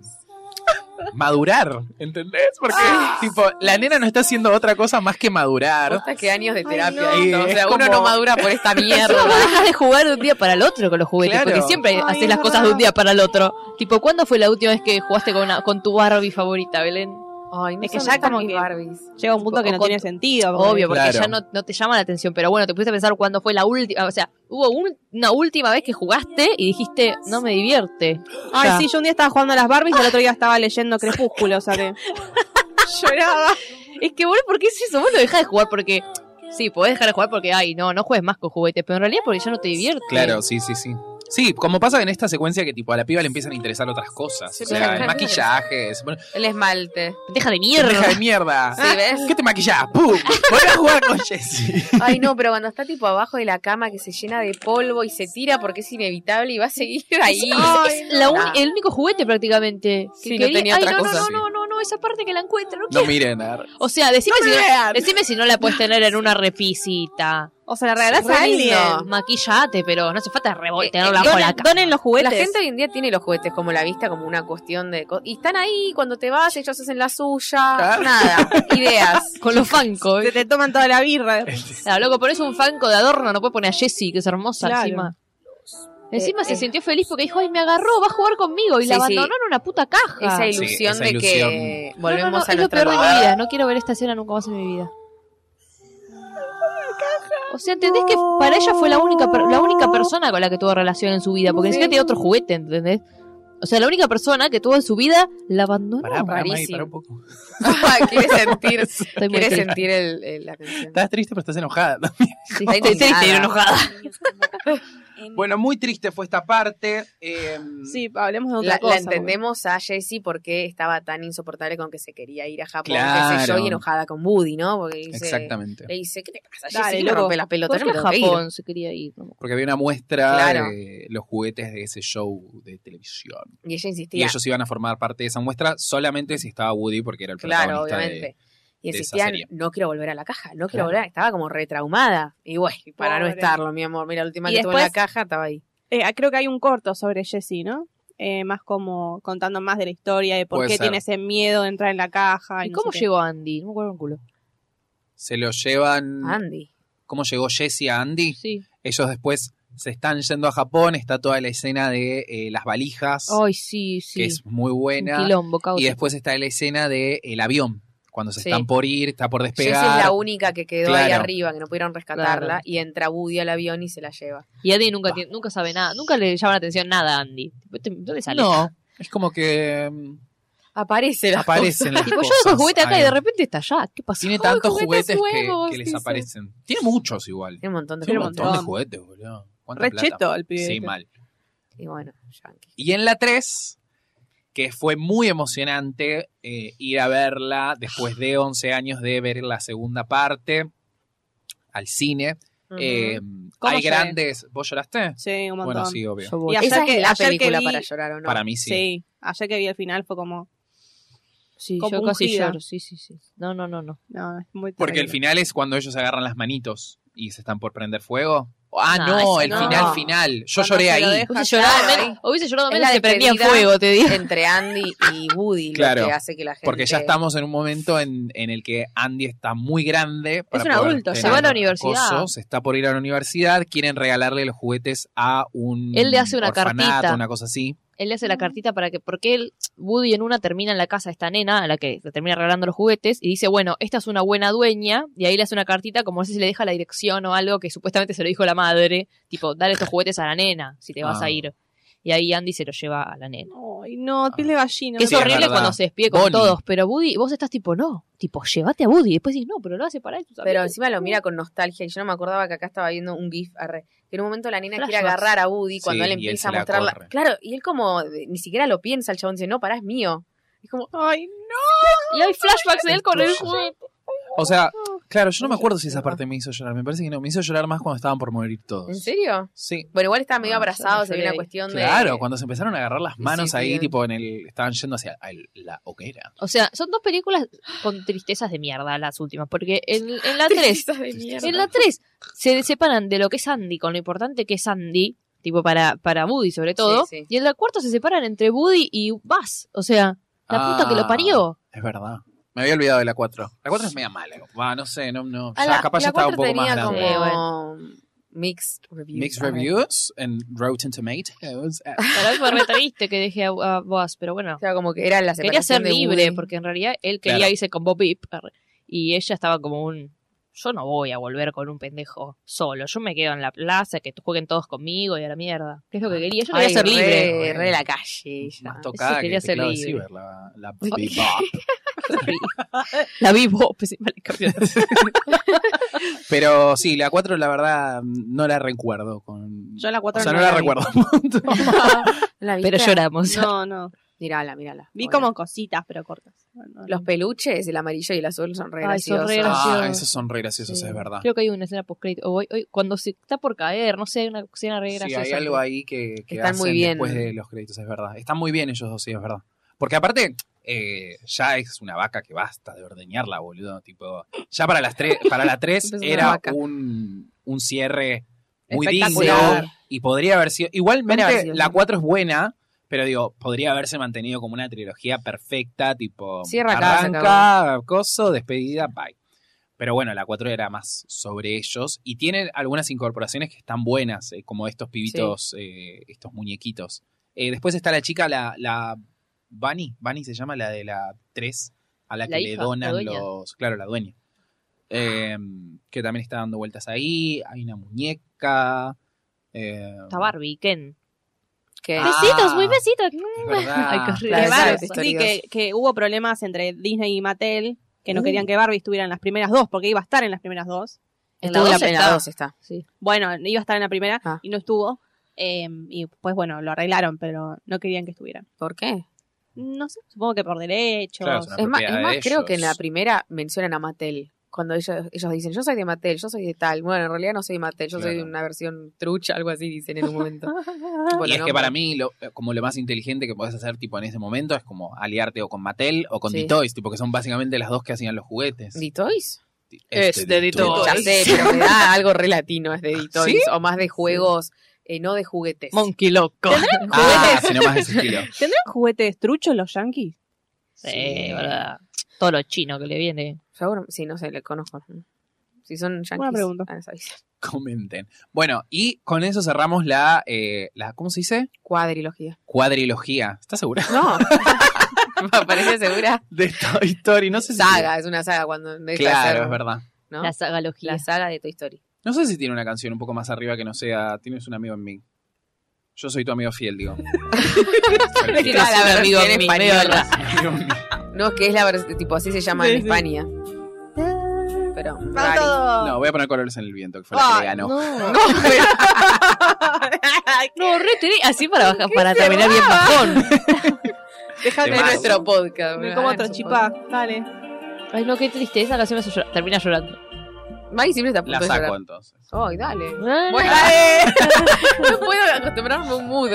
madurar, ¿entendés? Porque Ah. tipo la nena no está haciendo otra cosa más que madurar. Posta que años de terapia. no. esto. O sea, Es uno como- no madura por esta Encima vos mierda. dejás de jugar de un día para el otro con los juguetes, Claro. porque siempre Ay, haces es las cosas de verdad. un día para el otro. Tipo, ¿cuándo fue la última vez que jugaste con, una- con tu Barbie favorita, Belén? Ay, no Es que son ya estas como mis que- Barbies. Llega un punto Tipo, que o no con- tiene sentido. Obvio, porque Claro. ya no, no te llama la atención, pero bueno, te pusiste a pensar cuándo fue la última, o sea, hubo un- una última vez que jugaste y dijiste, no me divierte. Ay, Ya. sí, yo un día estaba jugando a las Barbies y el otro día estaba leyendo Crepúsculo, o sea que. Lloraba. Es que, boludo, ¿por qué es eso? Vos lo dejás de jugar porque... Sí, podés dejar de jugar porque, ay, no, no juegues más con juguetes, pero en realidad porque ya no te divierte. Claro, sí, sí, sí. Sí, como pasa en esta secuencia que tipo a la piba le empiezan a interesar otras cosas. Sí, o sea, claro. el maquillaje, se pone, El esmalte. Deja de "Pendeja mierda. de mierda. Sí, ¿ves? ¿Qué te maquillás? ¡Pum! Volví a jugar con Jessie. Ay, no, pero cuando está tipo abajo de la cama que se llena de polvo y se tira porque es inevitable y va a seguir ahí. Es la uni- el único juguete prácticamente. Que Sí, no tenía Ay, otra no, cosa. no, no, no, no, no, esa parte que la encuentro. No No quiero. miren. a ver. O sea, decime, No si me no, vean. decime si no la puedes tener en una repisita. O sea, la regalás Re a alguien. lindo. Maquillate, pero no hace falta revol- Ah. Eh, tenerla eh, bajo donen- la Donen, cama. donen los La juguetes. gente hoy en día tiene los juguetes como la vista, como una cuestión de... co- Y están ahí, cuando te vas ellos hacen la suya. Ah. Nada, ideas. Con los fancos. Se te toman toda la birra. Claro, loco, pones un fanco de adorno, no puedes poner a Jessie, que es hermosa Claro. encima. Encima Eh, se eh. sintió feliz porque dijo, ay, me agarró, va a jugar conmigo. Y Sí, la sí. abandonó en una puta caja. Esa No, Sí, ilusión esa de que ilusión. no, volvemos no, a es lo nuestra peor de mi normalidad. vida. No quiero ver esta escena nunca más en mi vida. O sea, ¿entendés que para ella fue la única, per- la única persona con la que tuvo relación en su vida? Porque ni Sí. siquiera tenía otro juguete, ¿entendés? O sea, la única persona que tuvo en su vida la abandonó. Pará, pará, Maggie, rarísimo. pará un poco. Ah, quiere sentir, Estoy muy quiere triste. sentir el, el- la canción. Estás triste, pero estás enojada. Sí, Está estoy triste y indignada. enojada. Bueno, muy triste fue esta parte. eh, Sí, hablemos de otra La, cosa. la entendemos a Jessie porque estaba tan insoportable con que se quería ir a Japón, Claro. qué sé yo, y enojada con Woody, ¿no? Porque dice, Exactamente. le dice, ¿qué te pasa? Dale, Jessie, que me loco. rompe las ¿Por pelotas, yo qué me a tengo que ir. Japón se quería ir? No me Porque había una muestra Claro. de los juguetes de ese show de televisión. Y ella Y insistía, ellos iban a formar parte de esa muestra solamente si estaba Woody, porque era el claro, protagonista de- obviamente. y de esa insistía, serie. no quiero volver a la caja, no quiero Claro. volver, estaba como retraumada. Y bueno, y para no Pobre. estarlo, mi amor, mira, la última Y que tuve en la después- caja estaba ahí. Eh, creo que hay un corto sobre Jessie, ¿no? Eh, más como contando más de la historia, de por Puede qué ser. tiene ese miedo de entrar en la caja. ¿Y no cómo sé qué. llegó Andy? No me acuerdo un culo. Se lo llevan. Andy. ¿Cómo llegó Jesse a Andy? Sí. Ellos después se están yendo a Japón. Está toda la escena de eh, las valijas, Ay, sí, que sí. es muy Un buena. quilombo, causa. Y después está la escena de el avión, cuando se Sí. están por ir, está por Jessie es despegar. la única que quedó ahí Claro. arriba, que no pudieron rescatarla, Claro. y entra Woody al avión y se la lleva. Y Andy nunca, tiene- nunca sabe nada, nunca le llama la atención nada a Andy. Tipo, este- ¿Dónde sale? No, es como que mm, aparece la Aparecen las Tipo, yo cosas. dejo el juguete acá ahí. y de repente está allá. ¿Qué pasó? Tiene tantos juguetes, juguetes que- nuevos, que, les dice. aparecen. Tiene muchos igual. Tiene un montón de Tiene un un montón, de montón. juguetes, boludo. ¿Cuánta plata? Recheto el pibe. Sí, este. mal. Y bueno, yankee. Y en la 3, que fue muy emocionante eh, ir a verla después de 11 años de ver la segunda parte al cine. Eh, ¿Cómo hay lloré? grandes. ¿Vos lloraste? Sí, un montón. Bueno, sí, obvio. Yo voy. Y ayer Esa que- es la ayer que película vi- para llorar, ¿o no? Para mí sí. Sí, ayer que vi el final fue como, Sí, yo compungida. casi lloro. Sí, sí, sí. No, no, no, no. no, es muy Porque el terrible. final es cuando ellos agarran las manitos y se están por prender fuego. Ah, No, no, eso el no. final, final. Yo Cuando lloré se lo ahí. deja, Hubiese llorado claro, menos, hubiese llorado Es menos la si prendía despedida. fuego, te digo. Entre Andy y Woody, Claro, lo que hace que la gente... Porque ya estamos en un momento en, en el que Andy está muy grande. Para un poder adulto, se tener va a la universidad. coso, se está por ir a la universidad. Quieren regalarle los juguetes a un. Él le hace una orfanato, cartita. Una cosa así. Él le hace la cartita para que, porque él, Woody en una termina en la casa de esta nena, a la que le termina regalando los juguetes, y dice, bueno, esta es una buena dueña, y ahí le hace una cartita, como no sé si le deja la dirección o algo, que supuestamente se lo dijo la madre, tipo, dale estos juguetes a la nena, si te vas Ah. a ir. Y ahí Andy se lo lleva a la nena. Ay, no, piel de gallina. Que Sí, es es horrible verdad. cuando se despide con Bonnie. todos, pero Woody, vos estás tipo, no, tipo, llévate a Woody, y después dices, no, pero lo hace para él. tus Pero amigos". encima lo mira con nostalgia y yo no me acordaba que acá estaba viendo un GIF arre, que en un momento la nena quiere Flashbacks. agarrar a Woody cuando Sí, él y él empieza se a la mostrarla. corre. Claro, y él como de- ni siquiera lo piensa, el chabón dice, no, pará, es mío. Es como, Ay, no. Y hay flashbacks de él con el juguete. O Ah, sea, claro, yo no me acuerdo si esa parte me hizo llorar. Me parece que no. Me hizo llorar más cuando estaban por morir todos. ¿en serio? Sí. Bueno, igual estaba medio Ah, yo no abrazado, se ve lloré. una cuestión de... Claro, cuando se empezaron a agarrar las Sí, manos sí, ahí, bien. tipo en el. Estaban yendo hacia el- la hoguera. O sea, son dos películas con tristezas de mierda las últimas, porque en, en la 3 Tristezas de mierda. En la 3 se separan de lo que es Andy, con lo importante que es Andy, tipo para, para Woody sobre todo. Sí, sí. Y en la cuarta se separan entre Woody y Buzz. O sea, la puta que lo Ah, parió. Es verdad. Me había olvidado de la 4. La 4 es media mala. Va, no sé, no, no. A Ya, capaz ya estaba un cuatro poco más tenía grande. Sí, como mixed reviews. Mixed arre. reviews en Rotten Tomatoes. Eh, Para mí fue re triste que dejé a, a Buzz, pero bueno. O sea, como que era la Quería separación ser de libre, Woody. porque en realidad él quería Claro. irse con Bob Pip. Y ella estaba como un... Yo no voy a volver con un pendejo solo. Yo me quedo en la plaza, que jueguen todos conmigo y a la mierda. Ah. ¿Qué es lo que quería? Yo no Ay, quería ser re- libre. Re, la calle. ya. Más tocada que quería el ser teclado de libre. Ciber, la, la bebop. La vi Bob, encima le cambió la Pero sí, la 4 la verdad no la recuerdo. Con... Yo la o 4 sea, no la recuerdo. ¿La Pero viste? lloramos. No, no. Mírala, mírala. Vi Hola. como cositas, pero cortas. No, no, Los no. peluches, el amarillo y el azul son re Ay, son graciosos. re graciosos. ah, gracioso. esos son re graciosos, Sí. es verdad. Creo que hay una escena post-crédito. O hoy- hoy- cuando se está por caer, no sé, hay una escena re Sí, graciosa. hay algo ahí que, que Están hacen muy bien. después de los créditos, es verdad. Están muy bien ellos dos, sí, es verdad. Porque aparte, eh, ya es una vaca que basta de ordeñarla, boludo. Tipo, ya para las tres, para la 3 Es una era vaca. un, un cierre muy digno Espectacular. y podría haber sido. Igualmente, Podría haber sido, la sí. 4 es buena, pero digo, podría haberse mantenido como una trilogía perfecta, tipo Cierra acá, se arranca, coso, despedida, bye. Pero bueno, la 4 era más sobre ellos y tiene algunas incorporaciones que están buenas, eh, como estos pibitos, eh, estos muñequitos. Eh, después está la chica, la, la Bunny, Bunny se llama la de la 3, a la, La que hija, le la donan dueña. los. Claro, la dueña. Eh, que también está dando vueltas ahí. Hay una muñeca. eh, Está Barbie, Ken. Que- Ah, Besitos, muy besitos. es verdad. Ay, qué horrible. La Que de Barbie, Barbie, sí, historias. que, que hubo problemas entre Disney y Mattel, que no Uh. querían que Barbie estuviera en las primeras dos, porque iba a estar en las primeras dos. En la la dos dos en la está. dos está. Sí. Bueno, iba a estar en la primera Ah. y no estuvo. Eh, y pues bueno, lo arreglaron, pero no querían que estuvieran. ¿Por qué? No sé, supongo que por derechos. Claro, es una- Es más, propiedad es más, de creo que en la ellos. primera mencionan a Mattel. Cuando ellos, ellos dicen, yo soy de Mattel, yo soy de tal. Bueno, en realidad no soy de Mattel, yo soy de Claro. una versión trucha, algo así dicen en un momento. Tipo, Y lo es que para nombran. mí, lo, eh, como lo más inteligente que podés hacer tipo en ese momento es como aliarte o con Mattel o con Sí. Ditoys, tipo que son básicamente las dos que hacían los juguetes. ¿Ditoys? Este Ditoys. Ya sé, pero me da algo re latino, es de Ditoys. ¿Sí? O más de juegos, eh, no de juguetes. Monkey loco. Ah, sino más de ese estilo. ¿Tendrán juguetes truchos los yankees? Sí, verdad. Todo lo chino que le viene. Seguro- sí, no sé, le conozco. Si son yankees. Buena pregunta. ah, no sabéis. Comenten. Bueno, y con eso cerramos la, eh, la ¿cómo se dice? Cuadrilogía. Cuadrilogía. ¿Estás segura? No. Me parece segura. De Toy Story, no sé si... Saga, es una saga cuando deja de Claro, ser, es verdad. ¿no? La La, sagalogía. saga de Toy Story. No sé si tiene una canción un poco más arriba que no sea Tienes un amigo en mí. Yo soy tu amigo fiel, digo. Sí, la Claro, versión amigo mío, española. Amigo mío. No, que es la versión, tipo, así se llama Sí, en sí. España. Pero, Va rari. todo. No, voy a poner colores en el viento, que fue la que le ganó. No, no, re tené- así para, baja- para terminar bien bajón. Déjame Temazo. nuestro podcast. Me ¿verdad? como Nuestro otro chipá. Dale. Ay, no, qué triste. Esa canción me hace llorar. Termina llorando. podcast. Maggie siempre está a punto La de saco llorar. entonces. Ay, dale. Bueno, Bueno. no puedo acostumbrarme a un mood.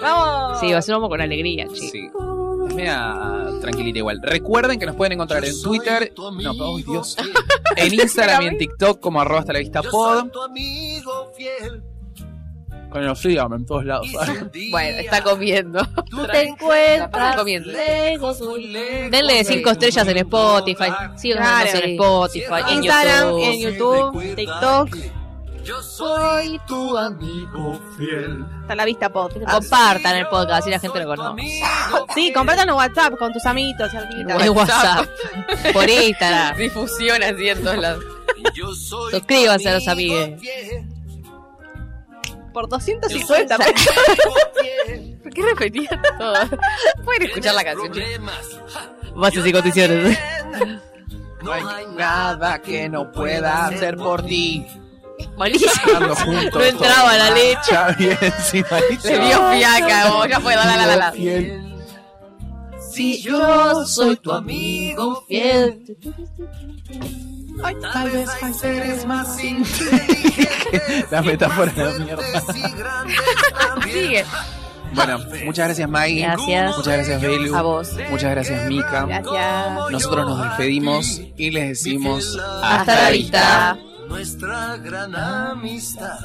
Vamos. Sí, así vamos con alegría, Sí. chicos. Es media tranquilita igual. Recuerden que nos pueden encontrar en Twitter, No, No, ay, Dios. Dios. en Instagram y en TikTok como arroba hasta la vista pod. tu amigo fiel. Con los síganme en todos lados. y si un día Bueno, está comiendo. tú Te encuentras Estamos comiendo. lejos, muy lejos Denle de 5 estrellas en un Spotify. Ah, lugar, Síganos Claro. en Spotify, en Instagram, YouTube. en YouTube, recuerda TikTok. que Yo soy tu amigo fiel. hasta la vista pod. Compartan el podcast, así la gente lo Soy tu conoce. amigo Sí, fiel. compártanos WhatsApp con tus amiguitos y amiguitas. En WhatsApp. Por Instagram. Difusión así en todos lados. Y yo soy tu Suscríbanse a los amigo amigues. fiel. Por Yo soy 250 tu amigo fiel. ¿Por qué repetían todo? Pueden escuchar la Tienes canción. chicos. problemas. Bases y Yo condiciones. también. No hay Nada que no pueda hacer por ti. Malísimo. Estando juntos. No entraba la leche. Ya bien, sí, Le dio fiaca, vos. Ya fue, la la la la. Fiel. Si yo soy tu amigo fiel, tal vez hay seres más inteligentes. La y metáfora más de la fuertes y grandes también. Sigue. Bueno, muchas gracias Maggie. Gracias. Muchas gracias Belu. A vos. Muchas gracias Mika. Gracias. Nosotros nos despedimos y les decimos Hasta Hasta la vista. Nuestra gran amistad.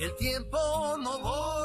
El tiempo no vola.